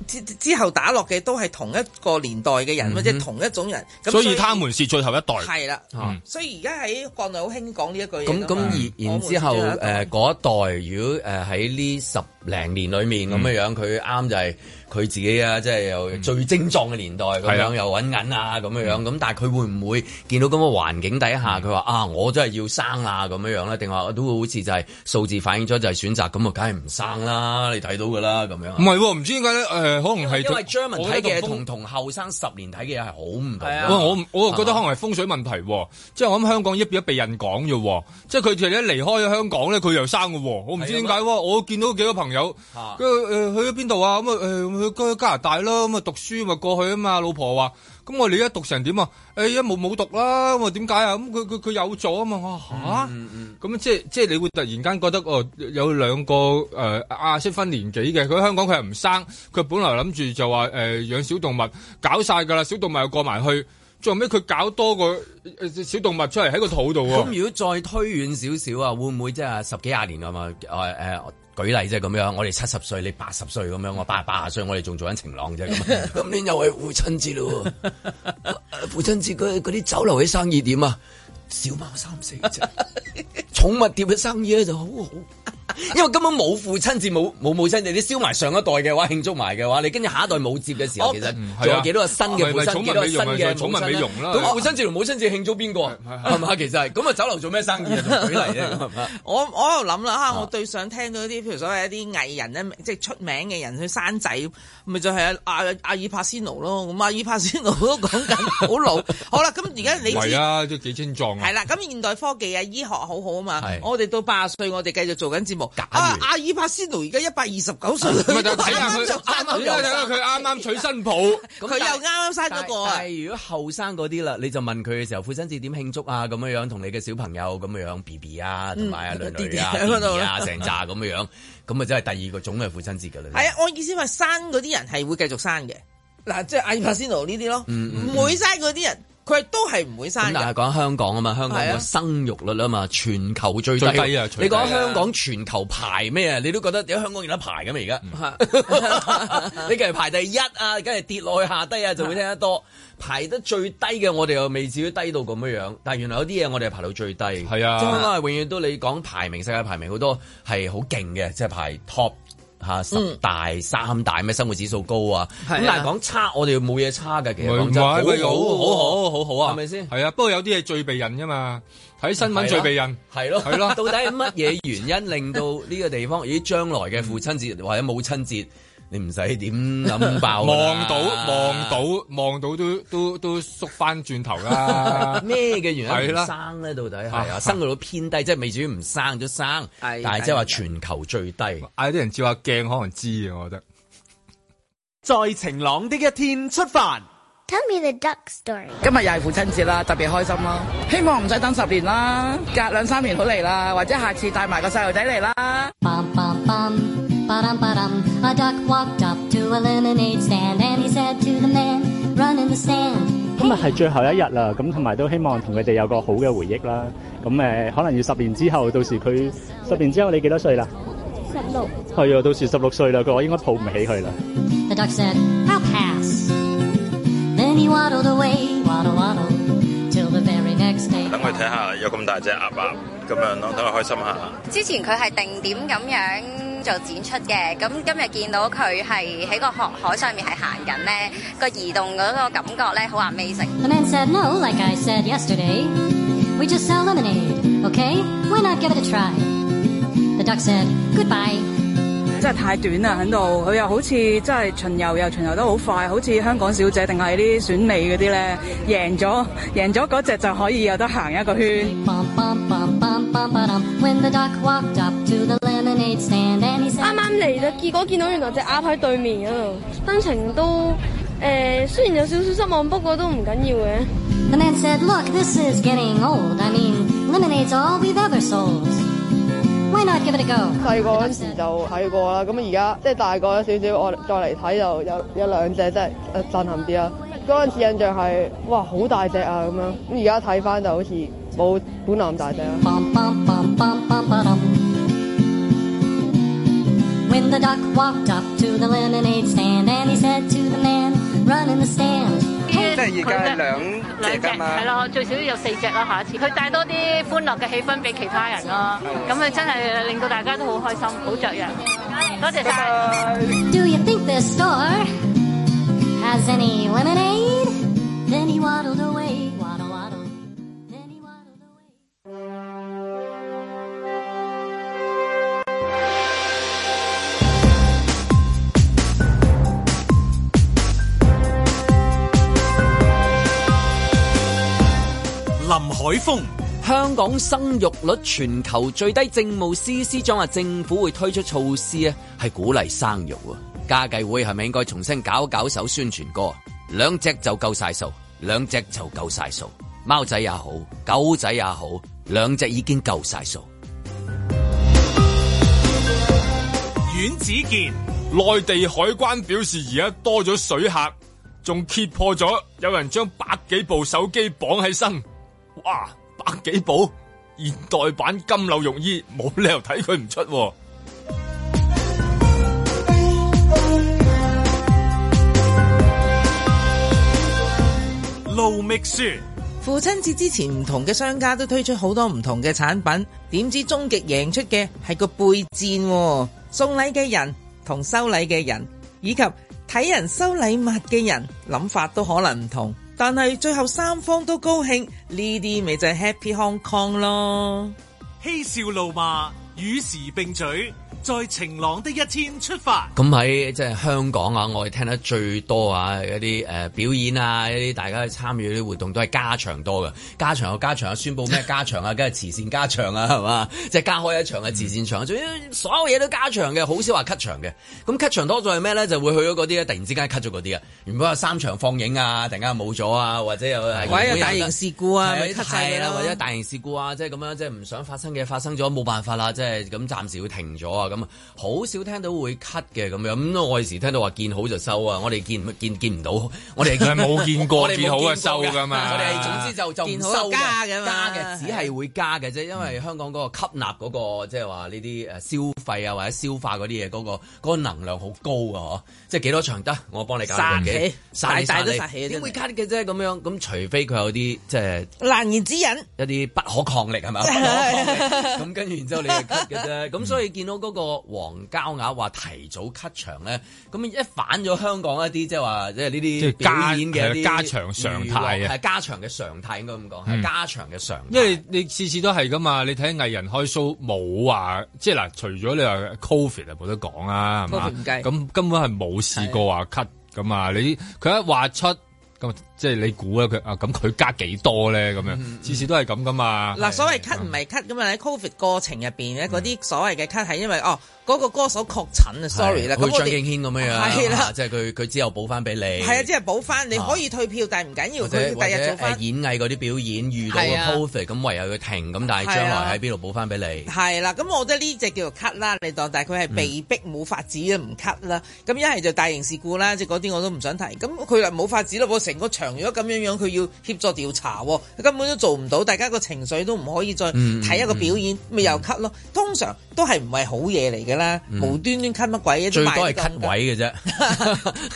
之之後打落嘅都係同一個年代嘅人，或者同一種人，咁嗯所以他們是最後一代。係啦嗯，所以而家喺國內好興講呢一句嘢㗎咁咁嘛而我然們之後最後一誒代嗰一代，如果誒喺呢十零年裏面咁樣樣，佢啱就係佢自己啊，即係又嗯最精壯嘅年代咁係樣啊又揾銀啊咁樣樣，咁但係佢會唔會見到咁嘅環境底嗯下，佢話啊我真係要生啦咁樣樣咧？定話都會好似就係數字反映咗就係選擇，咁啊梗係唔生啦，你睇到噶啦咁樣啊唔。係喎，唔知點解咧？誒，可能係因為 German 我睇覺嘅得嘢同同後生十年睇嘅嘢係好唔同喂，啊。我唔我又覺得可能係風水問題喎，即係我諗香港一邊一避人講啫喎，即係佢哋一離開咗香港咧，佢又生嘅喎，我唔知點解喎，我見到幾個朋友，啊嚇佢誒去咗邊度啊？咁啊誒去加拿大啦，咁啊讀書咪過去啊嘛，老婆話。咁我哋而家讀成點啊？誒，一冇冇讀啦，我話點解啊？咁佢佢佢有咗啊嘛，嗯我話吓。咁即係即係你會突然間覺得哦，有兩個誒、呃、亞適婚年紀嘅，佢喺香港佢係唔生，佢本來諗住就話誒、呃、養小動物，搞晒㗎啦，小動物又過埋去，最後尾佢搞多個呃小動物出嚟喺個肚度 [laughs] 喎。咁如果再推遠少少啊，會唔會即係十幾廿年啊嘛？誒、呃、誒。舉例啫咁樣，我哋七十歲，你八十歲咁樣，我八八十歲，我哋仲做緊情郎啫 [laughs] 咁。今年又係父親節咯喎，父親節嗰嗰啲酒樓嘅生意點啊？小貓三四隻， [laughs] 寵物店嘅生意咧就好好，因為根本冇父親節，冇冇母親節，你燒埋上一代嘅話，慶祝埋嘅話，你跟住下一代冇節嘅時候，其實嗯係啊仲有幾多個新嘅父咪咪寵親，物幾多個美新容咪嘅寵物母親美呢容啦哦咁父親節同母親節慶祝邊個？係嘛？其實係咁啊，酒樓做咩生意啊？舉例 [laughs] 咧咁啊。我我喺度諗啦啊嚇，我對上聽到啲譬如所謂一啲藝人咧，即係出名嘅人去生仔，咪就係阿阿阿爾帕仙奴咯。咁阿爾帕仙奴都講緊好 [laughs] 老，好啦，咁而家你係知。啊，都幾精壯啊。係啦，咁現代科技啊，醫學好好啊嘛係。我哋到八十歲，我哋繼續做緊節目。啊，阿爾帕仙奴而家一百二十九歲，咪就睇下佢啱啱啱啱又睇下佢啱啱娶 [laughs] 新抱，啊佢又啱啱生咗個啊但係如果後生嗰啲啦，你就問佢嘅時候，父親節點慶祝啊？咁樣樣同你嘅小朋友咁樣樣 B B 啊，同埋啊 [laughs] 女女啊 BB 嗰度 BB 啦啊，成扎咁樣樣，咁啊真係第二個種嘅父親節㗎啦。係啊，我意思話生嗰啲人係會繼續生嘅，嗱，即係阿爾帕仙奴呢啲咯，嗯嗯嗯唔會生嗰啲人，佢都係唔會生咁但嘅。係講香港啊嘛，香港係啊個生育率啊嘛，全球最低。最低啊最你低啊講香港全球排咩啊？你都覺得點解香港有得排咁啊？而家 [laughs] 你梗係排第一啊，梗係跌落去下低啊，就會聽得多。排得最低嘅，我哋又未至於低到咁樣樣。但係原來有啲嘢我哋係排到最低。係啊香港係永遠都你講排名，世界排名好多係好勁嘅，即係排 top。嚇十大、三大咩生活指數高啊！係啊咁但係講差，我哋冇嘢差㗎，其實唔係講真，好唔係喂好好好好好好好好啊，啊，係咪先？係啊，不過有啲嘢最避孕啫嘛，睇新聞最避孕，係咯，係咯，到底係乜嘢原因令到呢個地方，咦，將來嘅父親節或者母親節，你唔使點諗爆㗎啦。望到望到望到都都都縮翻轉頭啦咩嘅原因係唔啦生咧？到底係啊，生育率偏低，即係未至於唔生都生，但係即係話全球最低。嗌啊啲人照下鏡可能知嘅，我覺得。在晴朗的一天出發。 Tell me the duck story。今日又係父親節啦，特別開心啦。希望唔使等十年啦，隔兩三年好嚟啦，或者下次帶埋個細路仔嚟啦。 Bum bum bum, ba dum ba dum. A duck walked up to a lemonade stand and he said to the man, "Run in the sand." 今日係最後一日啦，咁同埋都希望同佢哋有個好嘅回憶啦。咁誒、呃可能要十年之後，到時佢十年之後你幾多歲啦？十六。係啊，到時十六歲啦，佢我應該抱唔起佢啦。 The duck said, "I'll pass." Then he waddled away, waddle waddle, till the very next day. 等佢睇下有咁大隻鴨鴨咁樣咯，等佢開心下。之前佢係定點咁樣做展出嘅，咁今日見到佢係喺個海海上面係行緊咧，個移動嗰個感覺咧好 amazing。 The man said, "No, like I said yesterday, we just sell lemonade. Okay, why not give it a try?" The duck said, "Goodbye." 真係太短啦，喺度佢又好似真係巡遊又巡遊得好快，好似香港小姐定係啲選美嗰啲咧，贏咗贏咗嗰只就可以有得行一個圈。啱啱嚟啦，結果見到原來隻鴨喺對面啊！心情都誒、呃，雖然有少少失望，不過都唔緊要嘅。 The man said, Look, this is getting old. I mean, lemonade's all we've ever sold. Why not give it a go? 細個嗰陣時就睇過啦，咁而家即係大個咗少少，我再嚟睇就有有兩隻真係誒震撼啲啦。嗰陣時印象係哇好大隻啊咁樣，咁而家睇翻就好似冇本來咁大隻啦。 When the duck walked up to the lemonade stand and he said to the man, Run in the sand. 兩隻係咯，最少有四隻啦。下一次佢帶多啲歡樂嘅氣氛俾其他人咯，咁佢真係令到大家都好開心，好雀躍。多謝晒。 Do you think this store has any lemonade? Then he waddled away, waddle, waddle. 林海峰，香港生育率全球最低，政務司司長話啊政府會推出措施啊，係鼓勵生育啊。家計會係咪應該重新搞一搞首宣傳歌？兩隻就夠晒數，兩隻就夠晒數，貓仔也好，狗仔也好，兩隻已經夠晒數。阮子健、內地海關表示而家多咗水客，仲揭破咗有人將百幾部手機綁喺身，哇！百幾部現代版金縷玉衣，冇理由睇佢唔出、喎。路觅雪，父親節之前，唔同嘅商家都推出好多唔同嘅產品，點知終極贏出嘅係個背戰喎，送禮嘅人同收禮嘅人，以及睇人收禮物嘅人，諗法都可能唔同，但係最後三方都高興，呢啲咪就係 Happy Hong Kong 咯。嬉笑怒罵，與時並舉，在晴朗的一天出發。咁喺即係香港啊，我哋聽得最多啊一啲誒、呃表演啊，一啲大家去參與啲活動都係加場多嘅，加場有加場啊，宣佈咩加場啊，跟住慈善加場啊，係 [laughs] 嘛？即係加開一場嘅慈善場，總之嗯所有嘢都加場嘅，好少話 cut 場嘅。咁 cut 場多咗係咩咧？就會去咗嗰啲咧，突然之間 cut 咗嗰啲啊，原本有三場放映啊，突然間冇咗啊，或者有或者有大型事故啊係咪 cut 晒佢係咯啦，或者大型事故啊，即係咁樣，即係唔想發生嘅發生咗，冇辦法啦，即係咁暫時會停咗啊，咁好少聽到會 cut 嘅咁樣。咁我有時聽到話見好就收啊，我哋見唔見見唔到，我哋係冇見過我哋冇見好就收見過㗎嘛我哋總之就就唔見好收就加㗎嘅，嘛加嘅只係會加嘅啫，因嗯為香港嗰個吸納嗰、個即係話呢啲誒消費啊或者消化嗰啲嘢嗰個嗰、個能量好高啊，嗬！即係幾多場得，我幫你搞殺幾氣殺你大大都你殺氣啊點會真 cut 嘅啫？咁樣咁除非佢有啲即係。難言之隱。一啲不可抗力 [laughs] 係嘛？不可抗力咁跟住然之後你就 cut 嘅啫。咁所以見到嗰個黃膠鴨話提早 cut 場咧，咁一反咗香港一啲即係話即係呢即啲係加表演嘅一啲係家常常態啊係家常嘅常態應該咁講，係嗯家常嘅常態。因為你次次都係噶嘛，你睇藝人開 show 冇話，即係嗱，除咗你話 covid 啊冇得講啦，係嘛 Covid 唔？計咁根本係冇試過話 cut 噶嘛，你佢一話出咁，啊即係你估啦，佢啊咁佢加幾多咧咁樣，次次都係咁噶嘛。嗱，所謂 cut 唔係 cut 咁嘛，喺 Covid 過程入邊咧，嗰啲所謂嘅 cut 係因為哦嗰個歌手確診啊，sorry 啦，好咁似我張敬哋軒咁樣樣，係啦啊即係佢佢之後補翻俾你。係啊，即係補翻，你可以退票，但係唔緊要，或佢者或第日者做誒翻。演藝嗰啲表演遇到個係啊 covid，咁唯有佢停，咁但係係啊將來喺邊度補翻俾你？係啊啦，咁我覺得呢只叫做 cut 啦，你當但係佢係被逼冇法子啊，唔 cut 啦。嗯咁一係就大型事故啦，即係嗰啲我都唔想提。咁佢話冇法子啦，我成個場如果咁樣樣，佢要協助調查喎，佢根本都做唔到，大家個情緒都唔可以再嗯睇一個表演，咪又 cut 咯。通常都係唔係好嘢嚟㗎啦，嗯無端端 cut 乜鬼嘢，最多賣得係咁 cut 位嘅啊啫， [laughs]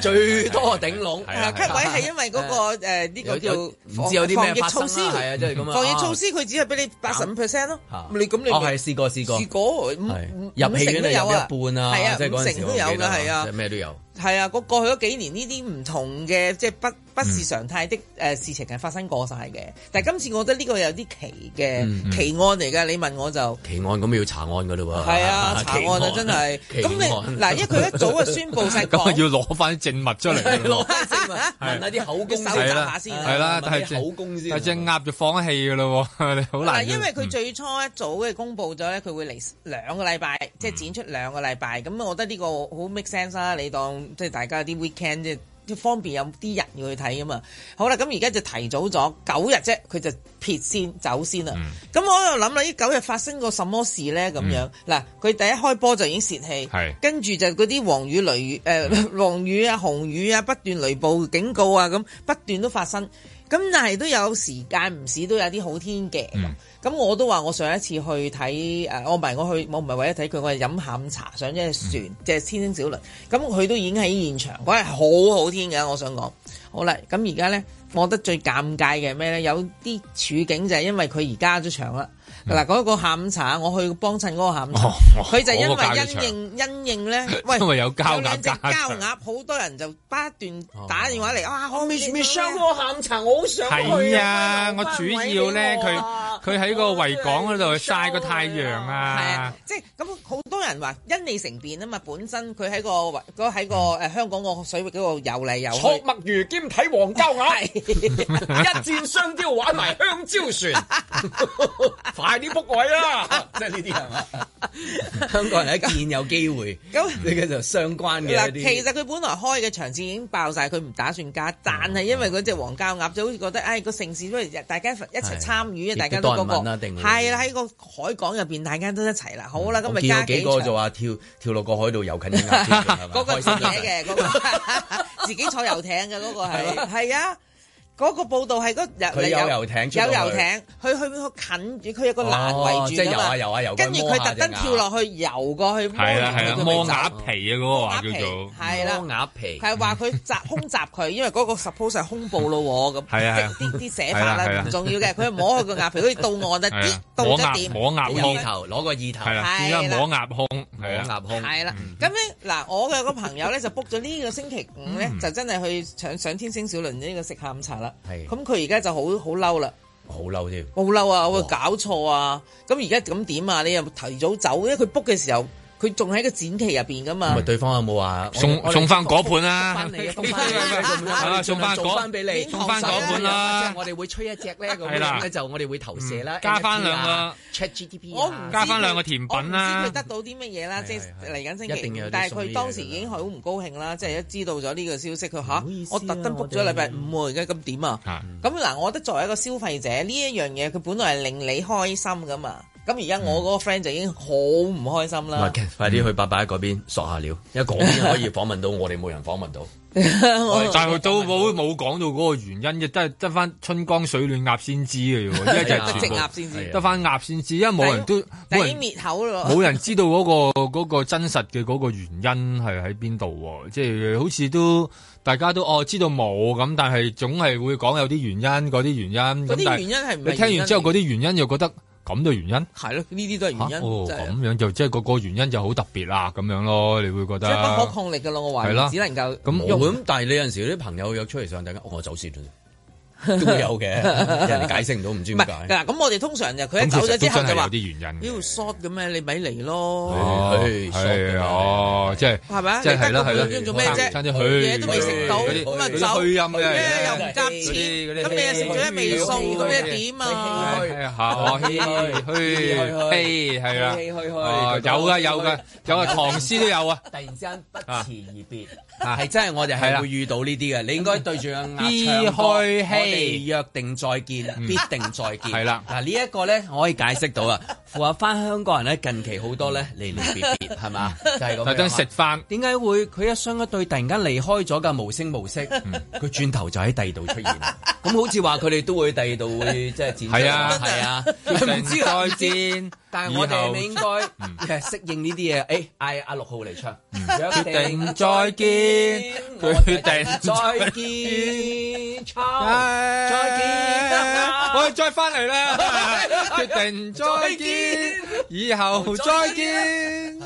最多頂籠。啊係啊，cut 位係因為嗰 [laughs] 個誒呢個有叫有唔知有啲防咩疫發生措啦施，係啊即係咁啊防疫措施佢只係俾你八十五 percent 咯，你咁你哦咪係試過試過，試過五係五入戲五成院都係有啊入一半啊，係啊即係嗰陣時五成都有㗎我記得係啊即係咩都有。係啊，過過去嗰幾年呢啲唔同嘅即係嗯不不是常態的呃誒事情係發生過晒嘅，但係今次我覺得呢個有啲奇嘅嗯嗯奇案嚟㗎，你問我就。奇案咁要查案㗎嘞喎，係 [laughs] 啊，查案啊，真係。咁你嗱，因為佢一早就宣布 [laughs] 晒啊咁啊講， [laughs] [laughs] 要攞翻啲證物出嚟， [laughs] 攞翻證 [laughs] 物，問下啲口供搜集下先啊。係啦，但問下係啲啊口供先但係只鴨就放氣㗎咯喎， [laughs] 你好嗱，難。嗯因為佢最初一早嘅公佈咗咧，佢會嚟兩個禮拜，即嗯係剪出兩個禮拜。咁我覺得呢個好 make sense 啦。你當即係大家啲 weekend 即係即係方便有啲人要去睇啊嘛。好啦，咁而家就提早咗九日啫，佢就撇先走先嗯啦。咁、我喺度諗啦，呢九日發生過什麼事咧？咁樣嗱，佢、第一開波就已經泄氣係，跟住就嗰啲黃雨雷雨誒、 [laughs] 呃黃雨啊、紅雨啊，不斷雷暴警告啊，咁不斷都發生。咁但係都有時間唔時都有啲好天嘅。嗯咁我都話我上一次去睇誒、呃我唔係我去，我唔係為咗睇佢，我係飲下午茶上咗隻船，嗯即係天星小輪。咁佢都已經喺現場，嗰係好好天嘅。我想講，好啦，咁而家咧，我覺得最尷尬嘅係咩咧？有啲處境就係因為佢而家咗場啦。嗱、嗰個下午茶我去幫襯嗰個下午茶嗯哦，哦佢、就因嗰個加咗為場因應因應 [laughs] 咧，喂，因為有膠鴨兩隻加場膠鴨，好多人就不斷打電話嚟，啊，可唔可以 Michelle 嗰個下午茶，我好想係啊，我主要咧，佢佢喺個維港嗰度曬個太陽啊，即係咁好多人話因利乘便啊嘛，本身佢喺個維嗰喺個誒香港個水域嗰度游嚟游去，戳 [laughs] [laughs] 墨魚兼睇黃膠一箭雙雕玩埋香蕉船，快啲 book 位啦！即係呢啲係嘛？香港人一見有機會， [laughs] 咁呢個就相關嘅嗱，一其啲實佢本來開嘅場次已經爆晒，佢唔打算加，但係因為嗰只黃膠鴨就好似覺得，唉、個城市不如大家一齊參與啊，係大家都亦都嗰、多人問啦個定會係啦，喺個海港入邊大家都一齊啦，好啦，今我日見加有幾場個就話跳跳落個海度遊近啲 [laughs] 鴨添係咪嗰個開自心己啦嘅嗰 [laughs] 個， [laughs] 自己坐遊艇嘅嗰個係係啊。嗰個報道係嗰佢有遊艇出有到去遊艇，佢去近住，佢有個欄圍哦住即係㗎游嘛下游下游過去跟住摸佢下特登隻跳鴨落去游過去，係啦係啦，摸鴨皮啊嗰個話叫做係啦，鴨皮係啊話佢襲空襲佢，因為嗰個 suppose 係胸部咯喎，咁係啊係啊即係啲啲寫法係啦係啦，啦唔重要嘅，佢摸佢個鴨皮，好似到岸係啊啊，啲到摸咗鴨點，摸鴨啊胸，攞個意頭係啦，係而啦家摸鴨胸，啊摸鴨胸係啦，咁咧嗱，我嘅個朋友咧就 book 咗呢個星期五咧，嗯就真係去上上天星小輪呢個食下午茶啦。係咁佢而家就好好嬲啦，好嬲添。好嬲啊！喂，搞錯啊！咁而家咁點啊？你又提早走，因為佢 book 嘅時候佢仲喺個展期入邊噶嘛咪。對方有冇話送送翻嗰盤啦翻， [laughs] 嚟啊，啊送翻做翻俾你，嗰送翻嗰盤即係啦，我哋會吹一隻咧，咁係啦樣咧就我哋會投射啦，嗯加返兩個 Chat GTP，我唔知加返兩個甜品啦我唔知佢得到啲乜嘢啦，即係嚟緊星一定期有五啲，但係送啲佢嘢當時已經好唔高興啦，即係一知道咗呢個消息，佢吓我特登 book 咗禮拜五喎，而家咁點啊？咁嗱，我覺得作為一個消費者，呢一樣嘢佢本來係令你開心噶嘛，咁而家我嗰個 friend 就已經好唔開心啦。快啲去八八一嗰邊索下料，因為嗰邊可以訪問到我哋冇人訪問到。但係佢都冇冇講到嗰個原因嘅，得得翻春江水暖鴨先知嘅啫喎，一就係全得部隻鴨先知得翻鴨先知，因為冇人都但冇係已人經滅口咯。冇人知道嗰、個嗰、個真實嘅嗰個原因係喺邊度喎？即係好似都大家都哦知道冇咁，但係總係會講有啲原因，嗰啲原因。嗰咁啲但原因係唔係你聽完之原因嚟後，嗰啲原因又覺得咁嘅原因係咯，呢啲都係原嚇因哦，真係咁樣就即係個個原因就好特別啦，咁樣咯，你會覺即得係不可抗力噶咯，我懷係啦疑只能夠咁用咁，但係你有陣時啲朋友約出嚟上，大家哦我走先啦都會有嘅，人哋解釋唔到，唔知唔係點解。嗱，咁我哋通常就佢一咁走其實咗之都後真係就話有啲原因，要 short 嘅咩？你咪嚟咯哦，。係啊哦，即係係咪啊即係係啦你係得個啦半鐘做咩啫差啲嘢去都未食到嗰啲咁啊嗰啲走虛音嘅咩又唔夾錢咁你又食咗一味餸咁你點啊？係啊，唏噓唏係啊，哦有噶有噶有啊，唐詩都有啊，突然之間不辭啊而別，啊係真係我哋係啦係會遇到呢啲嘅。你應該對住個必鴨唱歌，我開戲哋約定再見，必定再見。係啦嗱呢一個咧，我可以解釋到啊，符合翻香港人咧近期好多咧離離別別係 [laughs] 嘛，就係咁樣啊。嗯特登食飯，點解會佢一雙一對突然間離開咗㗎無聲無息？嗯佢轉頭就喺第二度出現，咁好似話佢哋都會第二度會即係展出係啊係 [laughs] 啊，唔唔知啊知再見，但係我哋係咪 [laughs] 嗯應以嗯該誒適應呢啲嘢？誒嗌阿六號嚟唱，後決決定再見，決嗯定啊再見，再見，我哋再翻嚟啦，決定再見，以後再見，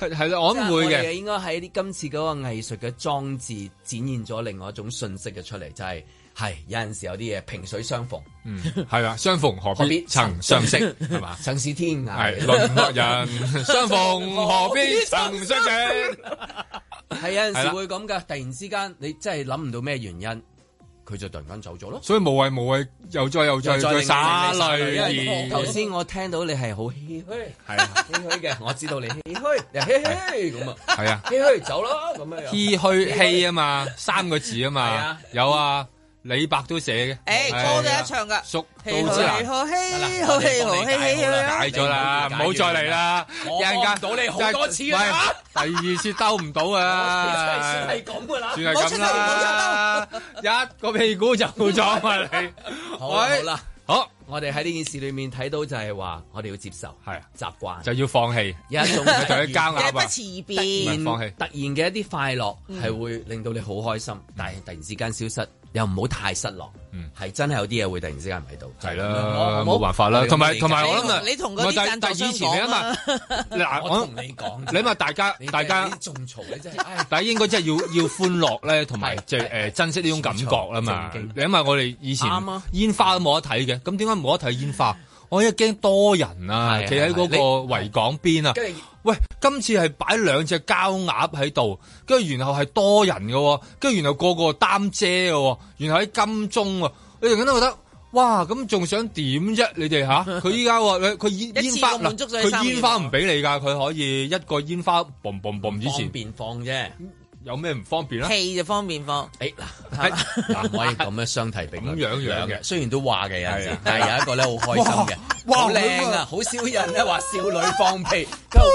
係係啦，我即係諗會哋嘅。應該喺啲今次嗰個藝術嘅裝置展現咗另外一種信息嘅出嚟，就係、係有陣時有啲嘢萍水相逢，嗯，係啊，相逢何何必必曾相識，係嘛？曾是天涯係淪啊落人，相逢何必曾相識。係有陣係時啦會咁噶，突然之間你真係諗唔到咩原因，佢就突然間走咗咯。所以無謂無謂，又再又再又再再令灑你淚因為意。頭先我聽到你係好唏噓，係啊唏噓嘅，我知 [laughs] 道你唏 [laughs] 噓，你唏噓咁啊， [laughs] 係啊唏噓走啦咁 [laughs] 樣樣。唏噓氣啊嘛，三個字啊係嘛啊，有啊，李白都寫誒，嘅。歌哎都有一唱噶，蜀道嘿之難。好嘿好嘿好嘿嘿解咗啦，唔好再嚟啦！我一陣間幫唔到你好多次啊喂第二次兜唔到啊！係咁噶啦，算係咁啦，一個屁股就撞埋你。好啦啊喂好啦，好，我哋喺呢件事裏面睇到就係話，我哋要接受，係習慣，就要放棄，有一 [laughs] 種同佢交嘅鴨不啊！辭而突別唔係然放棄突然嘅一啲快樂嗯係會令到你好開心，但係突然之間消失，又唔好太失落嗯，係真係有啲嘢會突然之間唔喺度，係啦冇辦法啦，同埋同埋我諗啊，你同嗰唔啲係但贊助但以前商你啊講嘛啊，嗱我同你講你咪大家你大家你。仲嘈你真係，唉但係應該真係 [laughs] 要要歡樂咧，同埋即係誒珍惜呢種感覺啊嘛。正你因為我哋以前啱啊煙花都冇得睇嘅，咁點解冇得睇 [laughs] 煙花？我一驚多人啊，係企喺係嗰個維港邊啊跟住。喂，今次係擺兩隻膠鴨喺度，跟住然後係多人嘅喎，跟住然後個個擔遮嘅喎，然後喺金鐘喎，你突然間都覺得哇！咁仲想點啫？你 [laughs] 哋吓，佢依家喎佢佢煙一煙次花過滿足咗你嗱三佢年煙花唔俾你㗎，佢可以一個煙花嘣嘣嘣之前方便放啫。有咩唔方便咧？啊哎屁就方便放。誒嗱， [laughs] 嗱唔可以咁樣相提並論，咁樣樣嘅雖然都話嘅有陣係時啊，但係有一個咧好開心嘅， [laughs] 哇好哇靚佢啊！啊好少人 [laughs] 咧話少女放屁，跟住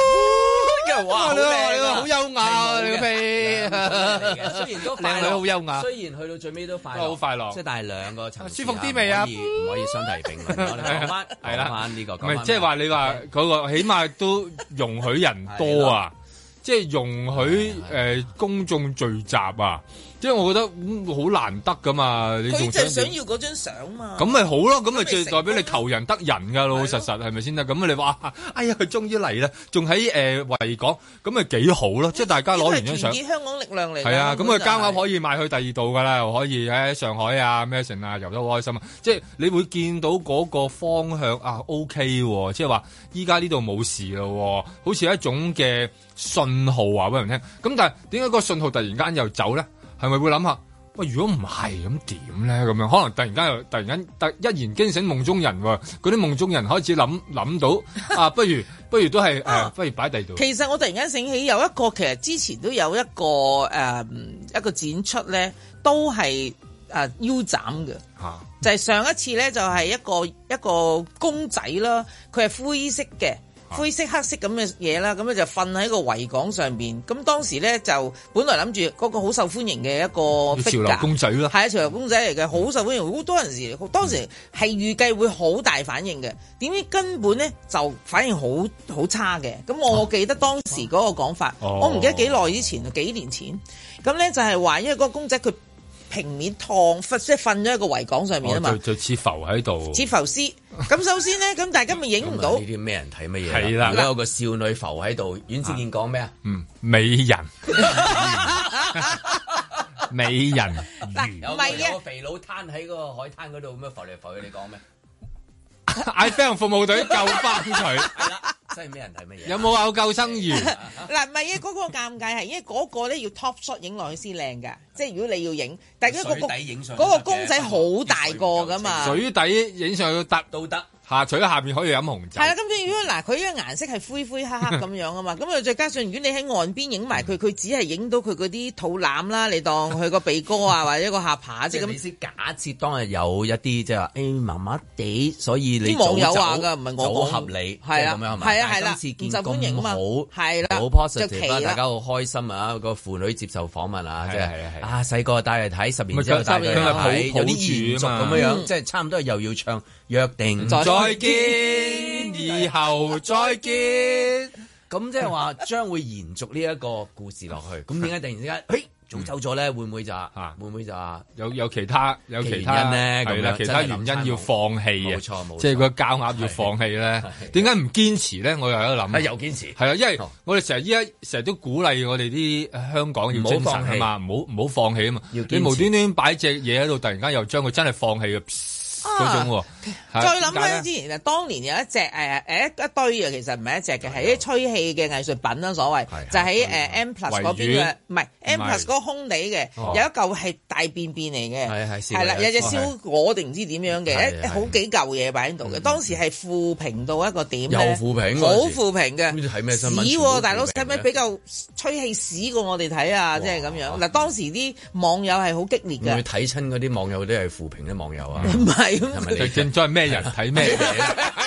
跟住哇好哇你靚話你啊話好優雅啊你個屁係冇嘅兩個雖然都快樂啊靚女好優雅雖然去到最尾都快樂，都好快樂即係但係兩個層次啊舒服啲未啊唔可以唔可以相提並 [laughs] 論，我哋講翻係講啦翻呢個，唔係即啊係話你話嗰個起碼都容許人多啊，即係容許誒公眾聚集啊，即係我覺得咁好難得噶嘛，你佢仲就想係想點要嗰張相嘛。咁咪好咯，咁咪成最代表你求人得人噶，老老實實係咪先得？咁你話，哎呀，佢終於嚟啦，仲喺誒維港，咁咪幾好咯？即係大家攞完張團相，結香港力量嚟㗎。係啊，咁根佢本就係交鴨可以賣去第二度噶啦，又可以喺上海啊、咩城啊遊得好開心啊！即係你會見到嗰個方向啊，OK 喎，即係話依家呢度冇事咯喎，好似一種嘅信號啊話俾人聽。咁但係點解個信號突然間又走咧？係咪會諗下？喂，如果唔係咁點咧？咁樣可能突然間又突然間突一言驚醒夢中人喎，嗰啲夢中人開始諗諗到啊，不如不如都係誒、啊不如擺第二度。其實我突然間醒起有一個，其實之前都有一個誒、嗯一個展出咧，都係誒、呃腰斬嘅。嚇就係上一次咧，就係一個一個公仔啦，佢係灰色嘅。啊灰色黑色咁嘅嘢啦，咁咧就瞓喺個維港上邊。咁當時咧就本來諗住嗰個好受歡迎嘅一個潮流 figure 公仔啦係啊，潮流公仔嚟嘅，好受歡迎，好多人時當時係預計會好大反應嘅，點知根本咧就反應好好差嘅。咁我記得當時嗰個講法，哦我唔記得幾耐之前啊，幾年前。咁咧就係話，因為嗰個公仔佢平面燙，瞓即係瞓咗喺個維港上面啊我嘛就，就似浮喺度，似浮屍。咁首先咧，咁大家咪影唔到呢。啲咩人睇乜嘢？係啦如果有個少女浮喺度，阮志健講咩啊？嗯，美人，美人，嗱，有個唔係啊有個肥佬攤喺個海灘嗰度咁樣浮嚟浮去，你講咩？啊嗌飛行服務隊救翻佢，係啦，真係咩人睇乜嘢？啊有冇有救生員？嗱，唔係啊，嗰個尷尬係，因為嗰個咧要 top shot 影落去先靚㗎，即係如果你要影，但係嗰水個底影相嗰個公仔好大個㗎嘛， [laughs] 水底影上去都得，都得。下水下面可以飲紅酒係，啦，咁即係如果嗱，佢呢個顏色係灰灰 [laughs] 黑黑咁樣啊嘛，咁啊再加上如果你喺岸邊影埋佢，佢只係影到佢嗰啲肚腩啦，你當佢個鼻哥 [laughs] 啊或者個下巴即即係係你咁。先假設當日有一啲即係話誒麻麻地，所以你啲網友話話㗎，唔係我講好合理，係啊即係咁樣係咪？係啊係但啦，今次唔見受歡迎啊咁嘛，好，係啦，好就 positive 啊奇啦，大啦家。好開心啊！個婦女接受訪問啊，即係啊係係啊啊細個帶佢睇，十年咪之後佢帶佢佢咪睇，抱有啲延續抱住啊嘛咁樣樣，嗯即係差唔多又要唱約定再見，以後再見。咁即係話將會延續呢一個故事落去。咁點解突然之嗯間，誒早走咗咧？會唔會就啊？會唔會就啊？有有其他有其他原因咧咁係樣啦，其他原因要放棄啊，冇錯冇錯即係個膠鴨要放棄咧。點解唔堅持咧？我又喺度諗，係又堅持係啊，因為我哋成日依家成日都鼓勵我哋啲香港要精神啊嘛，唔好唔好放棄啊嘛。堅持你無端端擺隻嘢喺度，突然間又將佢真係放棄嘅噗嗰種喎。係再諗點解翻呢之前啊，當年有一隻誒誒一堆啊，其實唔係一隻嘅，係啲吹氣嘅藝術品啦，所謂就喺誒 M Plus 嗰邊維園嘅，唔係 M 唔係 Plus 嗰個空地嘅，哦有一嚿係大便便嚟嘅，係係燒係啦，嘅有隻哦燒果定唔知點樣係嘅，一係嗯好幾嚿嘢擺喺度嘅，當時係負評到一個點又咧負評嗰陣時啊好負評嘅，咁睇咩新聞屎全部都喎，大佬負評使唔使嘅比較吹氣屎過我哋睇啊？即係咁樣嗱，當時啲網友係好激烈會唔會嘅，睇親嗰啲網友都係負評啲網友啊？唔係係咪最你正在咩人睇咩嘢？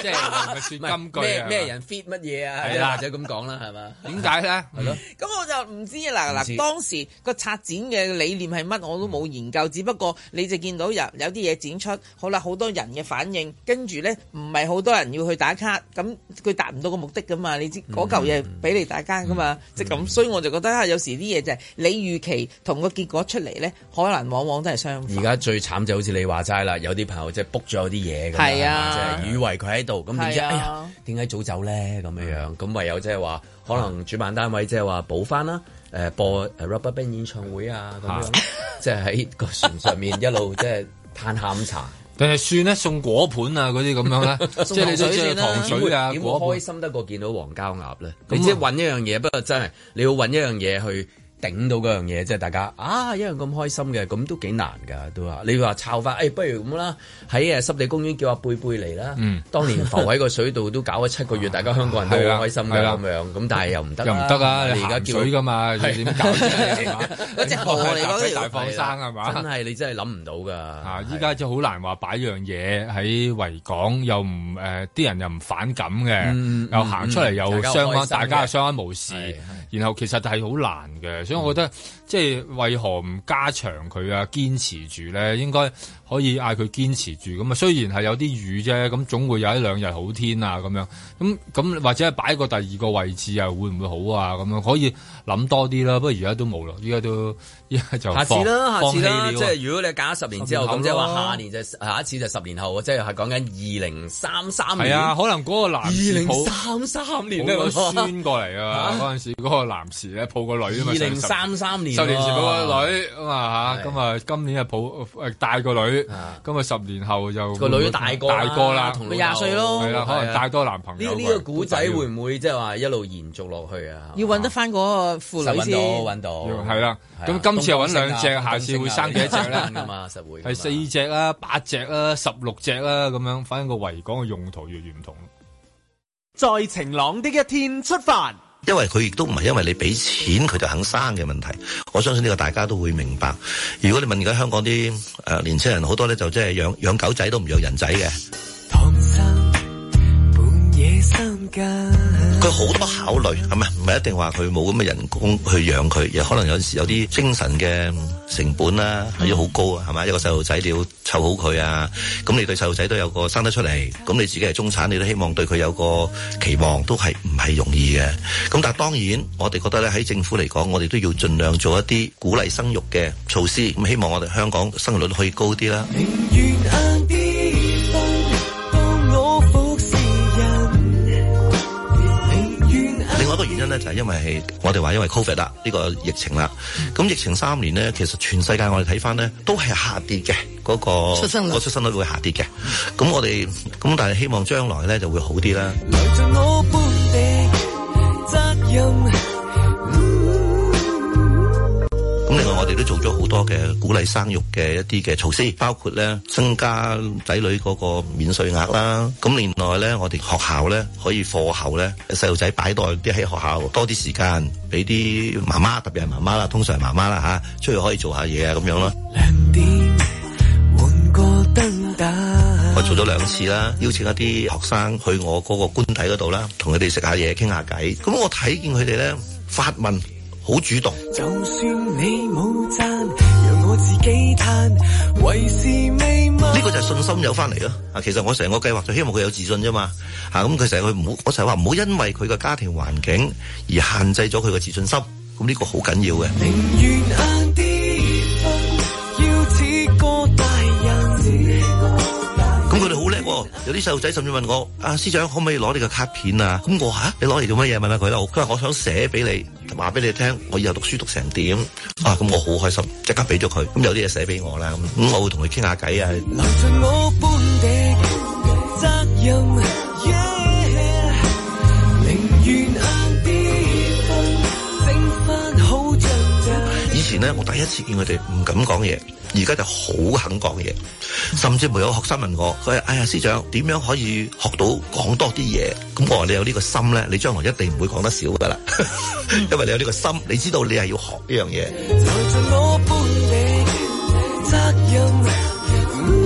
即係咪說金句啊咩咩人 fit 乜嘢啊？係啦或者咁講啦，係嘛？點解咧？係咯，咁我就唔知啦。唔知嗱，當時個策展嘅理念係乜，我都冇研嗯究。只不過你就見到有有啲嘢展出，好啦，好多人嘅反應，跟住咧唔係好多人要去打卡，咁佢達唔到個目的噶嘛。你知嗯嗰嚿嘢俾你打卡噶嘛，即係咁。所以我就覺得啊有時啲嘢就係你預期同個結果出嚟咧，可能往往都係相反。而家最慘就好似你話齋啦，有啲朋友即係 book 咗有啲嘢咁樣，係啊即係以為佢喺度，咁點知係啊哎呀點解早走咧咁樣樣？咁唯有即係話可能主辦單位即係話補翻啦，誒播誒 Rubberband 演唱會啊咁樣，即係喺個船上面一路即係嘆下午茶。定係算咧送果盤啊嗰啲咁樣咧，即係你都知道糖水啊點會果開盤。啊啊心得過見到黃膠鴨咧？你即係揾一樣嘢，不過真係你要揾一樣嘢去頂到嗰樣嘢，即係大家啊一樣咁開心嘅，咁都幾難㗎，都話你話抄翻，誒、不如咁啦，喺誒濕地公園叫阿貝貝嚟啦，嗯當年浮喺個水度都搞咗七 [laughs] 個月，大家香港人都好開心㗎係啦咁樣，咁但係又唔啊得啦，又唔得啦，你你而而家家叫水噶嘛，係點搞啫？係嘛嗰隻河嚟嗰條大放生係嘛？真係你真係諗唔到㗎。啊！依家就好難話擺樣嘢喺維港，又唔誒啲人又唔反感嗯嗯嘅，又行出嚟嗯又大家相開安，心嘅大家又相安無事。然後其實係好難嘅，所以我覺得即係為何唔加長佢啊？堅持住咧，應該可以嗌佢堅持住咁啊。雖然係有啲雨啫，咁總會有一兩日好天啊咁樣。咁咁或者係擺個第二個位置又會唔會好啊？咁樣可以諗多啲啦。不過而家都冇啦，依家都依家就下次啦，下放次啦，放棄即了啊係如果你揀十年之後，十年後咁即係話咯下年就下一次就十年後，即係係講緊二零三三年。係啊，可能嗰個男士2033抱年啊抱個嗰個孫過嚟啊！嗰陣時嗰個男士咧抱個女啊嘛， 2033年啊十年前抱喎個女咁啊嚇，咁啊今年啊抱誒大個女，咁啊十年後就個女大個啦大個啦，同老豆廿歲咯係啦，可係啊能帶多男朋呢友。啊呢個古仔會唔會即係話一路延續落去啊？要揾得翻嗰個婦女實先。揾到揾到，係啦係啊咁今次又揾兩東隻方星啊下次會生幾 [laughs] 多隻咧東方星啊嘛，實會㗎嘛係四隻啦、八隻啦、十六隻啦咁樣，反正個維港嘅用途越嚟越唔同。在晴朗的一天出發。因為佢亦都唔係因為你俾錢佢就肯生嘅問題，我相信呢個大家都會明白。如果你問而家香港啲誒、呃年青人好多咧，就即係養養狗仔都唔養人仔嘅，佢好多考慮係咪？唔係一定話佢冇咁嘅人工去養佢，又可能有陣時有啲精神嘅成本啦，係要好高啊，係咪？一個細路仔你要湊好佢啊，咁你對細路仔都有個生得出嚟，咁你自己係中產，你都希望對佢有個期望，都係唔係容易嘅。咁但係當然，我哋覺得咧喺政府嚟講，我哋都要盡量做一啲鼓勵生育嘅措施，咁希望我哋香港生育率可以高啲啦。另外一個原因咧，就係因為我哋話因為 Covid 啦，呢個疫情啦。咁疫情三年咧，其實全世界我哋睇翻咧，都係下跌嘅嗰、個出生率個出生率會下跌嘅。咁我哋咁，但係希望將來咧就會好啲啦。咁另外我哋都做咗好多嘅鼓勵生育嘅一啲嘅措施，包括咧增加仔女嗰個免稅額啦。咁另外咧，我哋學校咧可以課後咧細路仔擺袋啲喺學校多啲時間，俾啲媽媽，特別係媽媽啦，通常係媽媽啦吓，出去可以做下嘢啊咁樣咯。我做咗兩次啦，邀請一啲學生去我嗰個官邸嗰度啦，同佢哋食下嘢，傾下偈。咁我睇見佢哋咧發問好主動。就算你冇讚，讓我自己嘆，為是未呢個就係信心有翻嚟咯。啊，其實我成個計劃就希望佢有自信啫嘛。啊，咁佢成日佢唔好，我成日話唔好因為佢個家庭環境而限制咗佢個自信心。咁呢個好緊要嘅。願晏啲瞓，要似個大人。咁佢哋好叻喎，有啲細路仔甚至問我：啊，司長可唔可以攞你個卡片啊？咁我吓、你攞嚟做乜嘢？問下佢啦。佢話我想寫俾你，話俾你聽，我以後讀書讀成點啊？咁我好開心，即刻俾咗佢。咁有啲嘢寫俾我啦，咁咁我會同佢傾下偈啊。留盡我半地責任，yeah，寧願晏啲瞓，整番好仗仗。以前咧，我第一次見佢哋唔敢講嘢，而家就好肯講嘢，甚至乎有學生問我，佢話：哎呀，師長點樣可以學到講多啲嘢？咁我話你有呢個心咧，你將來一定唔會講得少噶啦， [laughs] 因為你有呢個心，你知道你係要學呢樣嘢。就盡我半地責任。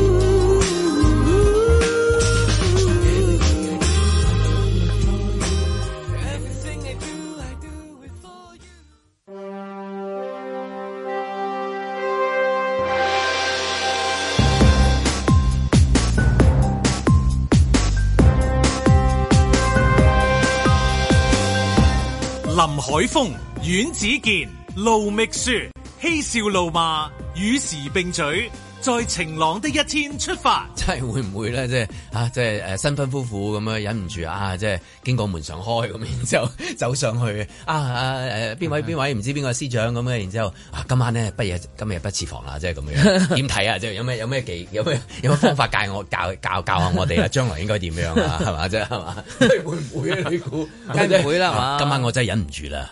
林海峰、阮子健、盧覓雪，嬉笑怒罵，與時並舉，在晴朗的一天出發。真係會唔會咧？即係啊，即係誒新婚夫婦咁樣忍唔住啊！即係經過門常開咁，然之後 [laughs] 走上去啊啊誒嗯邊位邊位唔知邊個司長咁嘅，然之後啊今晚咧不夜今夜不設防啦，即係咁 [laughs] 樣點睇啊？即係有咩有咩技有咩有咩方法教我教教教下我 [laughs] 哋啊？將來應該點樣啊？係嘛即係係嘛？會唔會啊？你估梗係唔會啦係嘛啊今晚我真係忍唔住啦，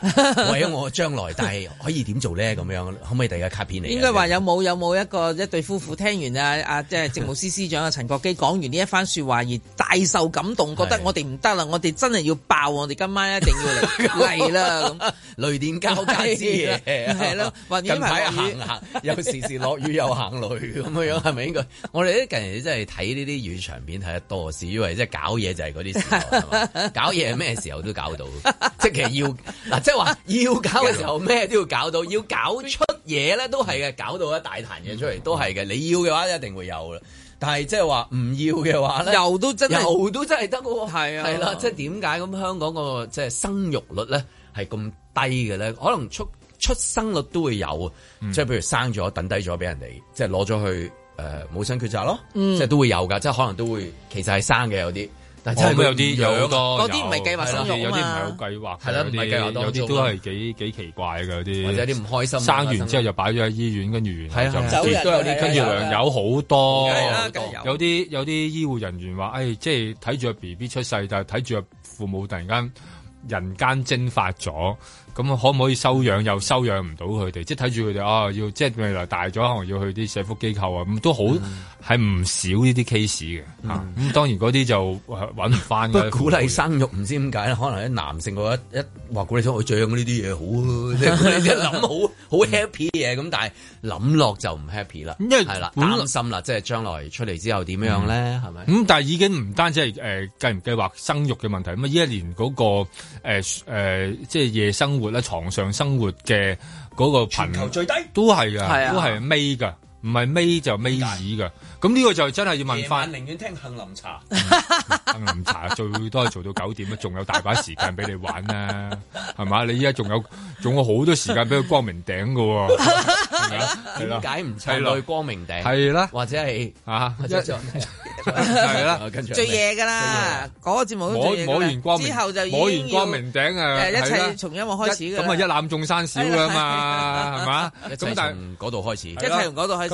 [laughs] 為咗我將來，但係可以點做咧？咁樣可唔可以第個卡片嚟啊？應該話有冇有冇一個一對夫婦聽完啊啊即係政務司司長啊陳國基講完呢一番説話而大受感動，覺得我哋唔得啦，我哋真係要爆，我哋今晚一定 [laughs] 要嚟嚟啦咁。 [laughs] 雷電交 [laughs] 界之夜，係 [laughs] 咯雲雨近排埋落雨 [laughs] 行行，有時時落雨又行雷咁樣，係咪應該？ [laughs] 我哋咧近年真係睇呢啲雨場片睇得多，是以為即係搞嘢就係嗰啲時候，係嘛 [laughs] 搞嘢係咩時候都搞到， [laughs] 即係其實要嗱，即係話要搞嘅時候咩都要搞到，要搞出嘢咧都係嘅，搞到一大壇嘢嗯出嚟都係嘅，你要嘅話一定會有啦。但係即係話唔要嘅話啊咧，又都真係又都真係得喎，係啊係啦，哦即係點解咁香港個即係生育率咧係咁低嘅咧？可能出出生率都會有啊，嗯即係譬如生咗等低咗俾人哋，即係攞咗去誒母親抉擇咯，嗯即係都會有㗎，即係可能都會其實係生嘅有啲，但係真哦係啊咁有啲有好多嗰啲唔係計劃生育有啲唔啊係好嘛計劃，係啦唔係計劃當有啲中都係幾幾奇怪嘅有啲，或者有啲唔開心啊生完之後就擺咗喺醫院，跟住係啊然係啊後就唔知走人都有啲跟住係啊良友好多梗係啊啦梗係，有哦有啲有啲醫護人員話：，哎誒，即係睇住個 B B 出世，但係睇住個父母突然間人間蒸發咗。咁可唔可以收養又收養唔到佢哋？即係睇住佢哋啊，要即係未來大咗，可能要去啲社福機構啊，咁都好嗯係唔少呢啲 case 嘅嚇。啊咁當然嗰啲就呃揾唔翻不過。嗯嘅鼓勵生育唔知點解咧，可能啲男性嗰一一話鼓勵生育最咁呢啲嘢好啊，即係鼓 [laughs] 勵啲諗好好 happy 嘢咁，但係諗落就唔 happy 啦，係啦，本來嗯擔心啦，即係將來出嚟之後點樣咧，係咪？咁、但係已經唔單止係誒、呃、計唔計劃生育嘅問題，咁啊依一年嗰、個誒、呃呃即係夜生活咧、床上生活嘅嗰個頻率最低都係噶，係啊都係尾噶，唔係尾就尾耳噶。咁呢個就真係要問夜翻晚寧願聽杏林茶，飲茶，最多係做到九點啊，仲有大把時間俾你玩啦，係嘛？你依家仲有仲有好多時間俾佢光明頂噶喎，係咪啊係啦點解唔唱去光明頂？係啦，或者係 [laughs] 啊， [laughs] 或者再係啦， [laughs] 跟住最夜㗎啦，嗰個節目都摸最夜㗎啦摸完光明，之後就已經摸完要光明頂啊，誒一切係啦從音樂開始㗎一咁啊一覽眾山小㗎嘛，係嘛？一咁齊但係從嗰度開始，係啦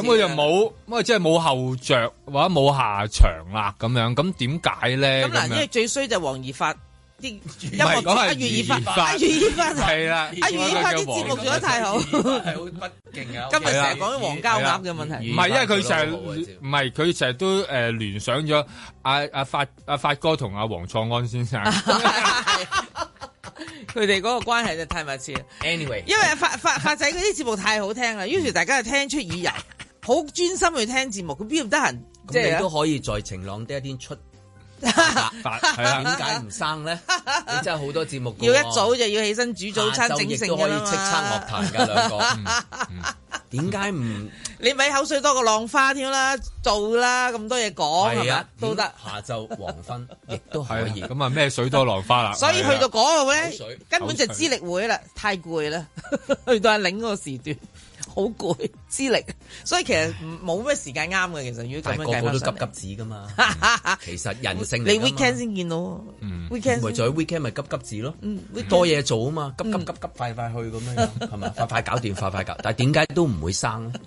咁佢就冇，咁啊即係冇後着或者冇下場啦咁樣，咁點解咧？咁嗱，因樣為最衰就黃怡發啲音唔係講樂係劇，一月二吳亦發，發阿月二發係啦阿月二發啊啲節目做得太好，係好不敬啊！今日成日講黃膠鴨嘅問題，唔係，因為佢成日唔係佢成日都誒聯想咗阿阿發阿發哥同阿黃創安 [laughs] 先生，啊佢哋嗰個關係就太密切。 Anyway，因為發發發仔嗰啲節目太好聽啦，於是大家就聽出耳油，好專心去聽節目，佢邊度得閒即咁係你都啊可以在晴朗的一 [laughs] 天出發係啊點解唔生咧？你真係好多節目㗎要喎一早就要起身煮早餐下晝整亦成都㗎可以啦叱咤樂嘛壇㗎 [laughs] 兩個。嗯點解唔你咪口水多過浪花添啦，做啦咁多嘢講係係嘛啊？都得。下晝黃 [laughs] 昏亦都可以？咁啊咩水多浪花啦，啊所以去到嗰個咧水，根本就資力會啦，太攰啦， [laughs] 去到阿玲嗰個時段，好攰，資力，所以其實唔冇咩時間啱嘅，其實如果但咁樣計係個個翻都上嚟，急急子㗎 [laughs] 嘛，其實人性嚟你㗎嘛 weekend 先見到喎，weekend 咪先嗯就喺 weekend 咪急急字咯， weekend 嗯多嘢做啊嘛，急急急急快快去咁樣樣，係咪？快快搞掂，快快搞，但係點解都唔會生咧？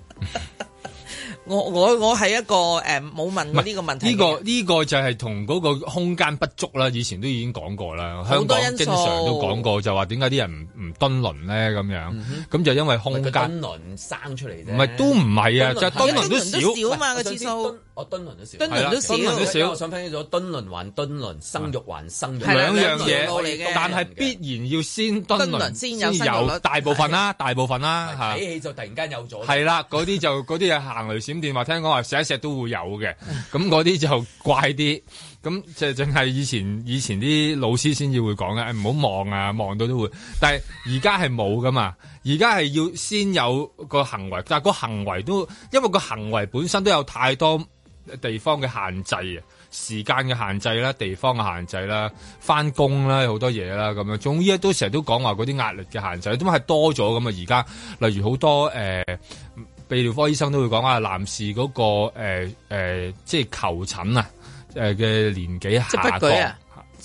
我我我係一個誒冇問過呢個問題嘅呢、個呢、個就係同嗰個空間不足啦，以前都已經講過啦，好香多港因素經常都講過，就話點解啲人唔唔敦輪咧咁樣，嗯咁、就因為空敦間。倫生出嚟啫，唔係都唔係啊，就係敦係輪都少啊嘛個次數喂我想知敦我敦倫都少，敦倫都少係啦敦倫都少我想聽咗敦倫還敦倫，生育還生育，兩樣道理嘢嘅，但係必然要先敦敦輪輪先有生育率有大部分啦，大部分啦嚇。睇起就突然間有咗，係啦，嗰啲就嗰啲係行雷閃電，話聽講話石一石都會有嘅，咁嗰啲就怪啲，咁就淨係以前以前啲老師先至會講嘅，誒唔好望啊，望到都會，但係而家係冇噶嘛，而家係要先有個行為，但係個行為都因為個行為本身都有太多地方嘅限制啊。時間嘅限制啦，地方嘅限制啦，翻工啦，有好多嘢啦，咁樣。總之依家都成日都講話嗰啲壓力嘅限制，都係多咗咁啊！而家例如好多誒、呃泌尿科醫生都會講啊，男士嗰、個誒、呃呃即係求診啊誒嘅年紀即係下不舉啊降。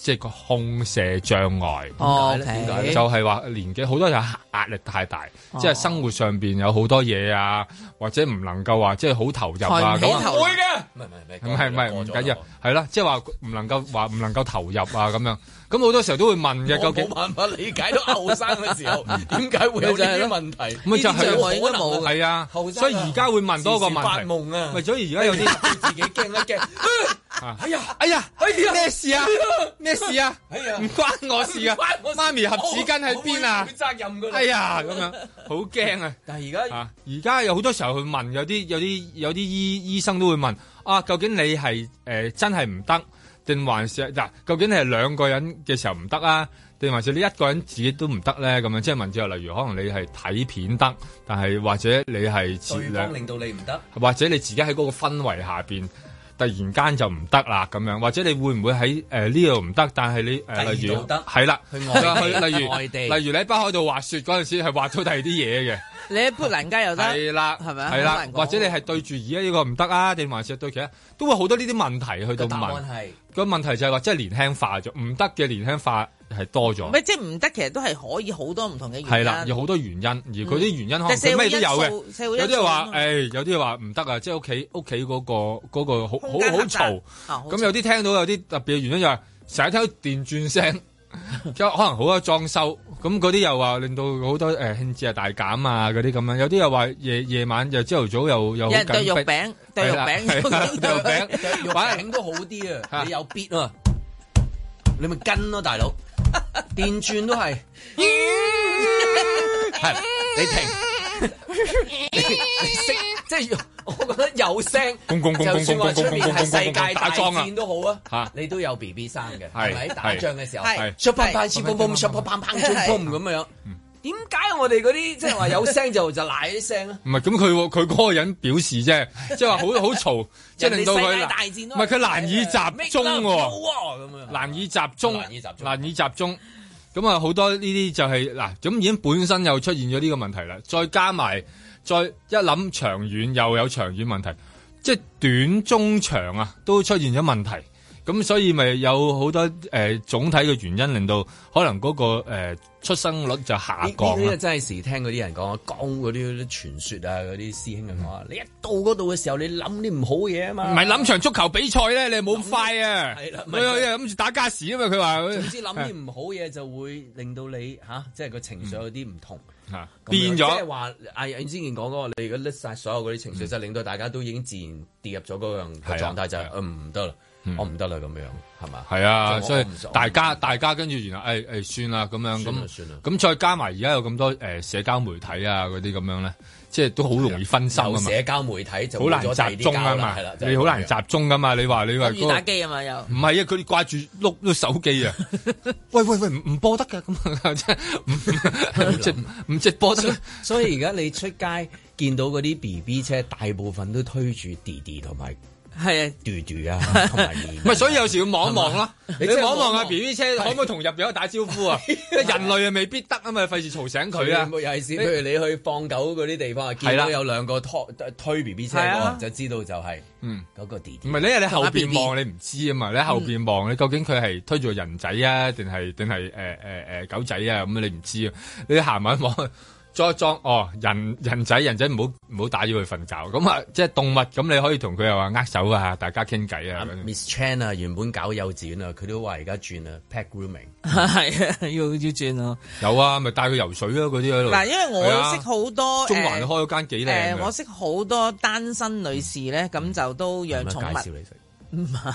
即係個控射障礙，哦點解咧 OK 點解咧就係話年紀好多人壓力太大，哦即係生活上邊有好多嘢啊，或者唔能夠話即係好投入抬啊唔起咁啊，頭會嘅，唔係唔係唔係唔係唔緊要，係啦，即係話唔能夠話唔能夠投入啊咁樣，咁好多時候都會問嘅，究我竟冇辦法理解到後生嘅 [laughs] 時候點解會有呢啲問題，咪就呢啲障礙係應該冇係啊，後生所以而家會問多個時時發問題，夢啊咪所以而家有啲。自己驚一 [laughs] 驚。哎呀， [laughs] 哎呀，咩事啊？咩事啊？哎唔關我事啊！媽咪盒紙巾喺邊啊？責任㗎啦哎呀，咁樣好驚啊！但係而家而家有好多時候去問，有啲有啲有啲醫醫生都會問啊，究竟你係誒、呃真係唔得，定還是嗱、究竟你係兩個人嘅時候唔得啊？定還是你一個人自己都唔得咧？咁樣即係問之後，例如可能你係睇片得，但係或者你係切對兩方令到你唔得。或者你自己喺嗰個氛圍下邊，突然間就唔得啦咁樣，或者你會唔會喺誒呢度唔得，但係你誒、呃例第二如度得係啦，去外地去例如外地例如你喺北海道滑雪嗰陣時係滑到第二啲嘢嘅。你喺砵蘭街又得，係啦，係咪啊？係好啦難，講或者你係對住而家呢個唔得啊，定還是對其他，都會好多呢啲問題去到答問案。係個問題就係話，即係年輕化咗，唔得嘅年輕化係多咗唔。係即係唔得，其實都係可以好多唔同嘅原因。係啦，有好多原因，而佢啲原因可能但社會佢咩都因有素嘅。嗯社會因有素啲話啊嘛誒，有啲話唔得啊，即係屋企屋企嗰個嗰個好好空間好狹窄嘈。啊好咁有啲聽到有啲特別嘅原因就係成日聽到電 [laughs] 轉聲，有可能好多裝修，咁嗰啲又話令到好多誒興致啊大減啊嗰啲咁樣。有啲又話夜夜晚又朝頭早又又有好人剁緊肉迫餅，剁肉係啦餅， [laughs] 係啦剁肉餅。肉餅都好 [laughs] 啲啊，你有必啊，你咪跟咯，大佬。電轉都係，係你停。你 [laughs] 你識即係，我覺得有聲，公公公公就算話出面係世界大打裝啊戰都好啊，嚇你都有 B B 衫嘅，係係咪？打仗嘅時候係，shop 砰砰 shop 砰砰 shop 砰砰砰 shop 砰咁樣。點解我哋嗰啲即係話有聲就就賴啲聲啊？唔係咁，佢佢嗰個人表示啫，即係話好好嘈，即係令 [laughs] 到人哋世佢界難大戰都唔係佢難以集中啊 Make love, no 喎， war 咁樣。難以集中，難以集中，咁啊，好多呢啲就係、嗱，咁已經本身又出現咗呢個問題啦，再加埋再一諗長遠又有長遠問題，即係短中長啊都出現咗問題。咁所以咪有好多誒、呃、總體嘅原因，令到可能嗰、個、呃、出生率就下呢降啊呢啦個。真係時聽嗰啲人講，講嗰啲傳說啊，嗰啲師兄咁講啊，你一到嗰度嘅時候，你諗啲唔好嘢啊嘛。嗯唔係諗場足球比賽咧，你冇咁快啊！係啦咪佢佢諗住打加時啊嘛，佢話總之諗啲唔好嘢就會令到你吓，即係個情緒有啲唔同。咁樣嚇嗯啊變即咗係。話阿阮之前講嗰個，你而家甩晒所有嗰啲情緒，就令到大家都已經自然跌入咗嗰樣係啊嗯嘅狀態，就係呃唔得啦，我唔得啦咁樣，係嘛？係啊，即係我所以我唔想大家大家跟住然後誒誒哎算啦咁樣算啦咁算啦咁再加埋而家有咁多誒社交媒體啊嗰啲咁樣咧，即係都好容易分心啊有嘛，社交媒體就好難集中啊啊嘛係啦，，就係啊你好難咁樣集中噶嘛，你話你話咁要打嗰個機啊嘛又。唔係啊，佢哋掛住碌碌手機 [laughs] 啊，喂喂喂，唔唔播得㗎咁啊， [laughs] 即係唔唔直唔直播得㗎。啊所以而家你出街見到嗰啲 B B 車，大部分都推住弟弟同埋係啊，嘟嘟 [laughs] 啊，同埋二唔係，所以有時要望一望啦。你你真係望一望望一啊望，B B 車可唔可以同入邊打招 [laughs] 呼啊？人類啊，未必得啊嘛，費事嘈醒佢啊。尤其是譬如你去放狗嗰啲地方，見係啦到有兩個拖推 B B 車係啊嗰個，就知道就係嗯嗰個弟弟。唔係，因為你後同埋 BB 邊望你唔知啊嘛，你喺後邊望你究竟佢係推住個人仔啊，定係定係誒誒誒狗仔啊？咁你唔知啊，你行埋望。 [laughs] 裝一裝哦，人人仔人仔唔好唔好打擾佢瞓覺，咁啊即係動物咁，你可以同佢又話握手啊，大家傾偈啊，咁樣 Miss Chan 啊，原本搞幼稚園啊，佢都話而家轉啊 pet grooming。係啊，要要轉咯。有啊，咪帶佢游水咯，嗰啲喺度。嗱，因為我係啊識好多中誒環開嗰間幾靚誒㗎，Ờ, 我識好多單身女士咧，咁就都養咁寵樣介紹物。你食。哦唔係。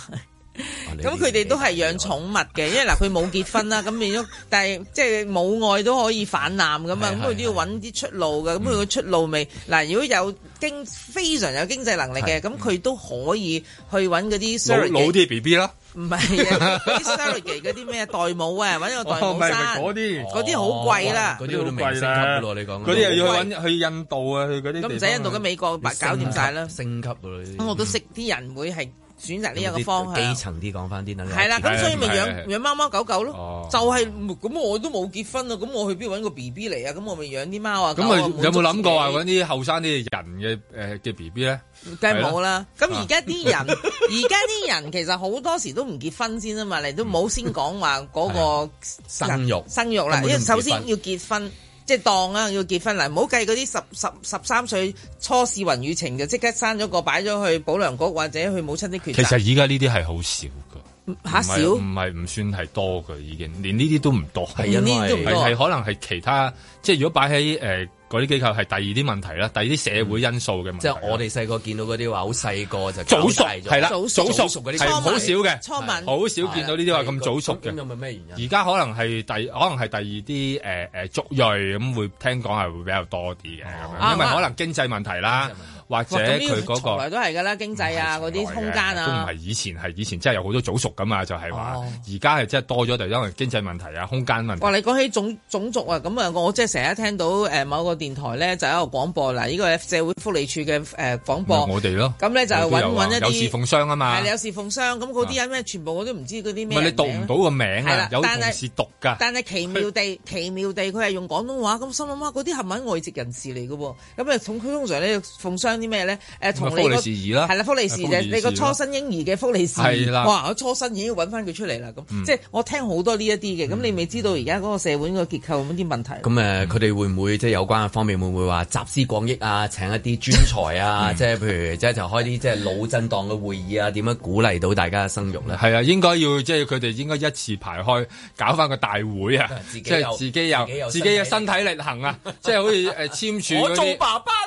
咁佢哋都係養寵物嘅，因為嗱佢冇結婚啦，咁變咗， [laughs] 但係即係冇愛都可以泛濫噶嘛，係咁佢都要揾啲出路嘅，咁佢個出路咪嗱，如果有經非常有經濟能力嘅，係咁佢都可以去揾嗰啲老 surrogate 老啲 B B 啦。唔係啊，嗰啲 surrogate 嗰啲咩代母啊，揾個 [laughs] 代哦母咪生，咪嗰啲嗰啲好貴啦，哦嗰啲好明星級㗎咯，你講嗰啲又要去揾去印度啊，去嗰啲地咁方唔使印度嘅美國搞掂晒啦。升級㗎咯。咁我都識啲人會係選擇呢一個方基向。層啲講翻啲等你係啦，咁所以咪養係養貓貓狗狗咯，就係咁我都冇結婚啊，咁我去邊揾個 B B 嚟啊？咁我咪養啲貓啊。咁狗啊啊，有冇諗過話？滿足揾啲後生啲嘅人嘅誒嘅 B B 咧？自己梗係冇啦。咁係而家啲人， [laughs] 而家啲人其實好多時都唔結婚先啊嘛，你都冇先講話嗰 [laughs] 個生育生育啦，根本因為都唔首先結婚要結婚，即係當啊要結婚啦，唔好計嗰啲十十十三歲初試雲雨情就即刻生咗個擺咗去保良局或者去母親的權其實責而家呢啲係好少㗎。嚇唔係少唔係唔算係多嘅，已經連呢啲都唔多，係連呢啲都唔多係可能係其他，即係如果擺喺誒嗰啲機構係第二啲問題啦，第二啲社會因素嘅問題。即係我哋細個見到嗰啲話好細個就早熟搞大咗係啦，早早熟熟嗰啲係好少嘅，初吻好少見到呢啲話咁早熟嘅。有冇咩原因？而家可能係第可能係第二啲誒誒族裔咁會聽講係會比較多啲嘅咁啱樣，因為啊可能經濟問題啦，或者哇咁呢個佢從來嗰個。都係㗎啦，經濟啊嗰啲空間都唔啊係。以前係以前真係有好多早熟噶嘛，就係話哦而家係真係多咗，就因為經濟問題啊、空間問題哇！。你講起種種族啊，咁啊，我即係成日聽到誒、呃某個電台咧就喺度廣播嗱，呢個係社會福利處嘅誒、呃、廣播，咪我哋咯咁咧就我都揾有啊揾一啲有侍奉商啊嘛係你有侍奉商，咁嗰啲人咧全部我都唔知嗰啲唔咩係你人讀名唔啦到個名係啦啊，有但係同事讀㗎。但係奇妙地，奇妙地佢係用廣東話，咁心諗啊，嗰啲係咪外籍人士嚟嘅喎？咁啊，同佢通常咧奉商啲咩咧？誒，同你個啊福利事宜啦啊係啦，福利事福利事宜宜，啦你個初生嬰兒嘅福利事宜，係啦哇！我初生已經揾翻佢出嚟啦，咁嗯即係我聽好多呢一啲嘅，嗯咁你咪知道而家嗰個社會個結構有冇啲問題？咁誒，佢哋會唔會即係有關嘅方面會唔會話集思廣益啊？請一啲專才啊，即係譬如即係就開啲即係腦震盪嘅會議啊，點樣鼓勵到大家嘅生育咧？係啊，應該要即係佢哋應該一次排開，搞翻個大會啊！自己即係有自己自己有有自己嘅身身體力行啊！即係好似誒簽署嗰啲爸啦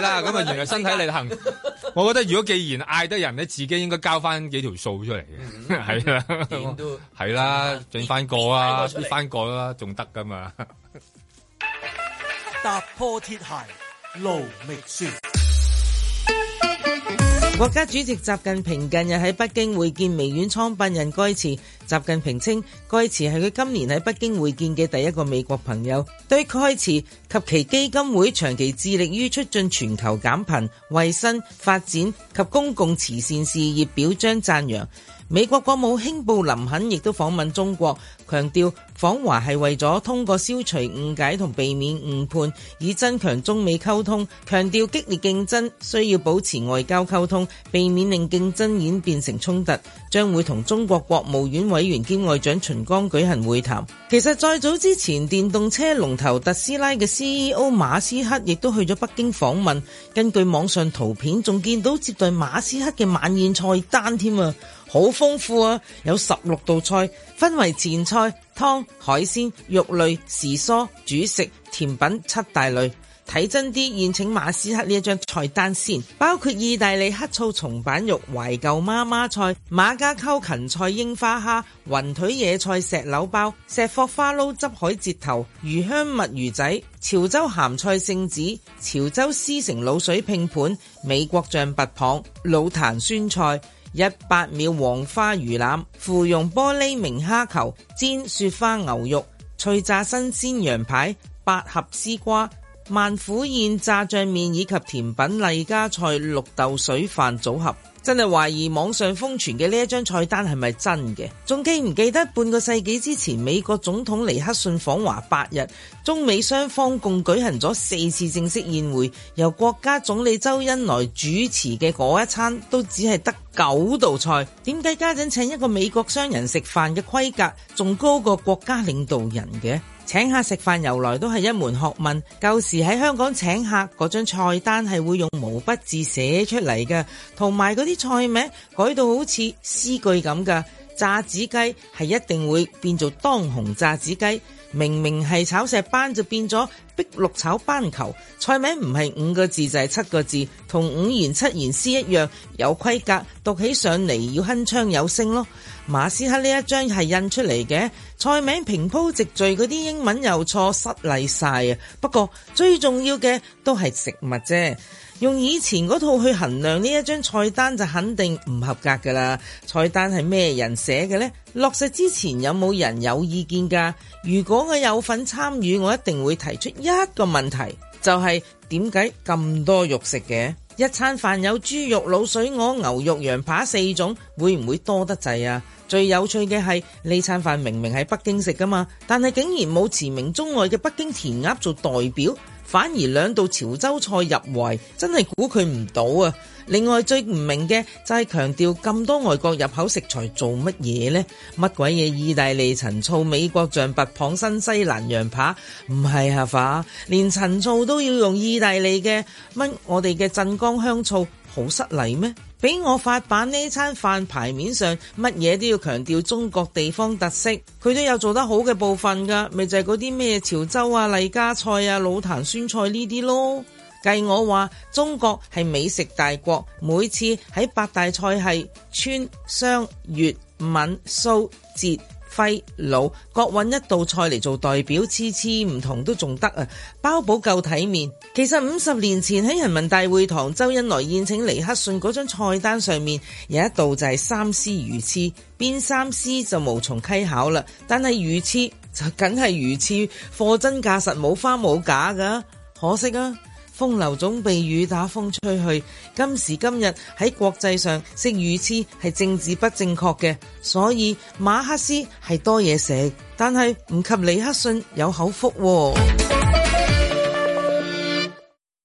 [laughs] 啦，咁啊原來身體力行。我覺得如果既然嗌得人咧，自己應該交翻幾條數出嚟嗯 [laughs] 嘅，[laughs] 係啦點都，係啦，整翻個啊，搣嗯翻個出嚟搣翻個啦，仲得噶嘛？踏破鐵鞋路未雪。國家主席習近平近日喺北京會見微軟創辦人蓋茨。習近平稱蓋茨係佢今年喺北京會見嘅第一個美國朋友，對蓋茨及其基金會長期致力於促進全球減貧、衛生發展及公共慈善事業表彰讚揚。美國國務卿布林肯亦都訪問中國，強調訪華係為咗通過消除誤解同避免誤判，以增強中美溝通。強調激烈競爭需要保持外交溝通，避免令競爭演變成衝突。將會同中國國務院委員兼外長秦剛舉行會談。其實再早之前，電動車龍頭特斯拉嘅 CEO 馬斯克亦都去咗北京訪問。根據網上圖片，仲見到接待馬斯克嘅晚宴菜單添啊！好豐富啊！有十六道菜，分為前菜、湯、海鮮、肉類、時蔬、主食、甜品七大類。睇真啲，宴請馬斯克呢一張菜單先，包括意大利黑醋松板肉、懷舊媽媽菜、馬家溝芹菜櫻花蝦、雲腿野菜石榴包、石霍花撈汁海蜇頭、魚香墨魚仔、潮州鹹菜聖子、潮州獅城滷水拼盤、美國象拔蚌、老壇酸菜。一百秒黃花魚腩、芙蓉玻璃明蝦球、煎雪花牛肉、脆炸新鮮羊排、百合絲瓜、萬虎宴炸醬麵以及甜品麗家菜綠豆水飯組合。真係懷疑網上瘋傳嘅呢一張菜單係咪真嘅？仲記唔記得半個世紀之前美國總統尼克遜訪華八日，中美雙方共舉行咗四次正式宴會，由國家總理周恩來主持嘅嗰一餐都只係得九道菜。點解家陣請一個美國商人食飯嘅規格仲高過國家領導人嘅？請客食飯由來都係一門學問。舊時喺香港請客嗰張菜單係會用毛筆字寫出嚟嘅，同埋嗰啲菜名改到好似詩句咁㗎。炸子雞係一定會變做當紅炸子雞，明明係炒石斑就變咗碧綠炒斑球。菜名唔係五個字就係七個字，同五言七言詩一樣有規格，讀起上嚟要鏗鏘有聲咯。馬斯克呢一張係印出嚟嘅，菜名平鋪直敍，嗰啲英文又錯，失禮晒啊！不過最重要嘅都係食物啫，用以前嗰套去衡量呢一張菜單就肯定唔合格㗎啦。菜單係咩人寫嘅呢？落實之前有冇人有意見㗎？如果我有份參與，我一定會提出一個問題，就係點解咁多肉食嘅？一餐飯有豬肉、滷水鵝、牛肉、羊扒四種，會唔會多得滯啊？最有趣嘅係呢餐飯明明喺北京食噶嘛，但係竟然冇馳名中外嘅北京填鴨做代表，反而兩道潮州菜入圍，真係估佢唔到啊！另外最唔明嘅就係強調咁多外國入口食材做乜嘢呢？乜鬼嘢意大利陳醋、美國象拔蚌、新西蘭羊扒，唔係啊化，連陳醋都要用意大利嘅乜？我哋嘅鎮江香醋好失禮咩？俾我發版呢餐飯牌面上乜嘢都要強調中國地方特色，佢都有做得好嘅部分㗎，咪就係嗰啲咩潮州啊、麗家菜啊、老壇酸菜呢啲咯。計我話，中國係美食大國，每次喺八大菜系川、湘、粵、閩、蘇、浙、徽、魯各揾一道菜嚟做代表，次次唔同都仲得啊！包保夠體面。其實五十年前喺人民大會堂，周恩來宴請尼克遜嗰張菜單上面有一道就係三絲魚翅，邊三絲就無從稽考啦。但係魚翅就梗係魚翅，貨真價實，冇花冇假噶。可惜啊！風流總被雨打風吹去。今時今日喺國際上食魚翅係政治不正確嘅，所以馬克思係多嘢食，但係唔及尼克遜有口福喎。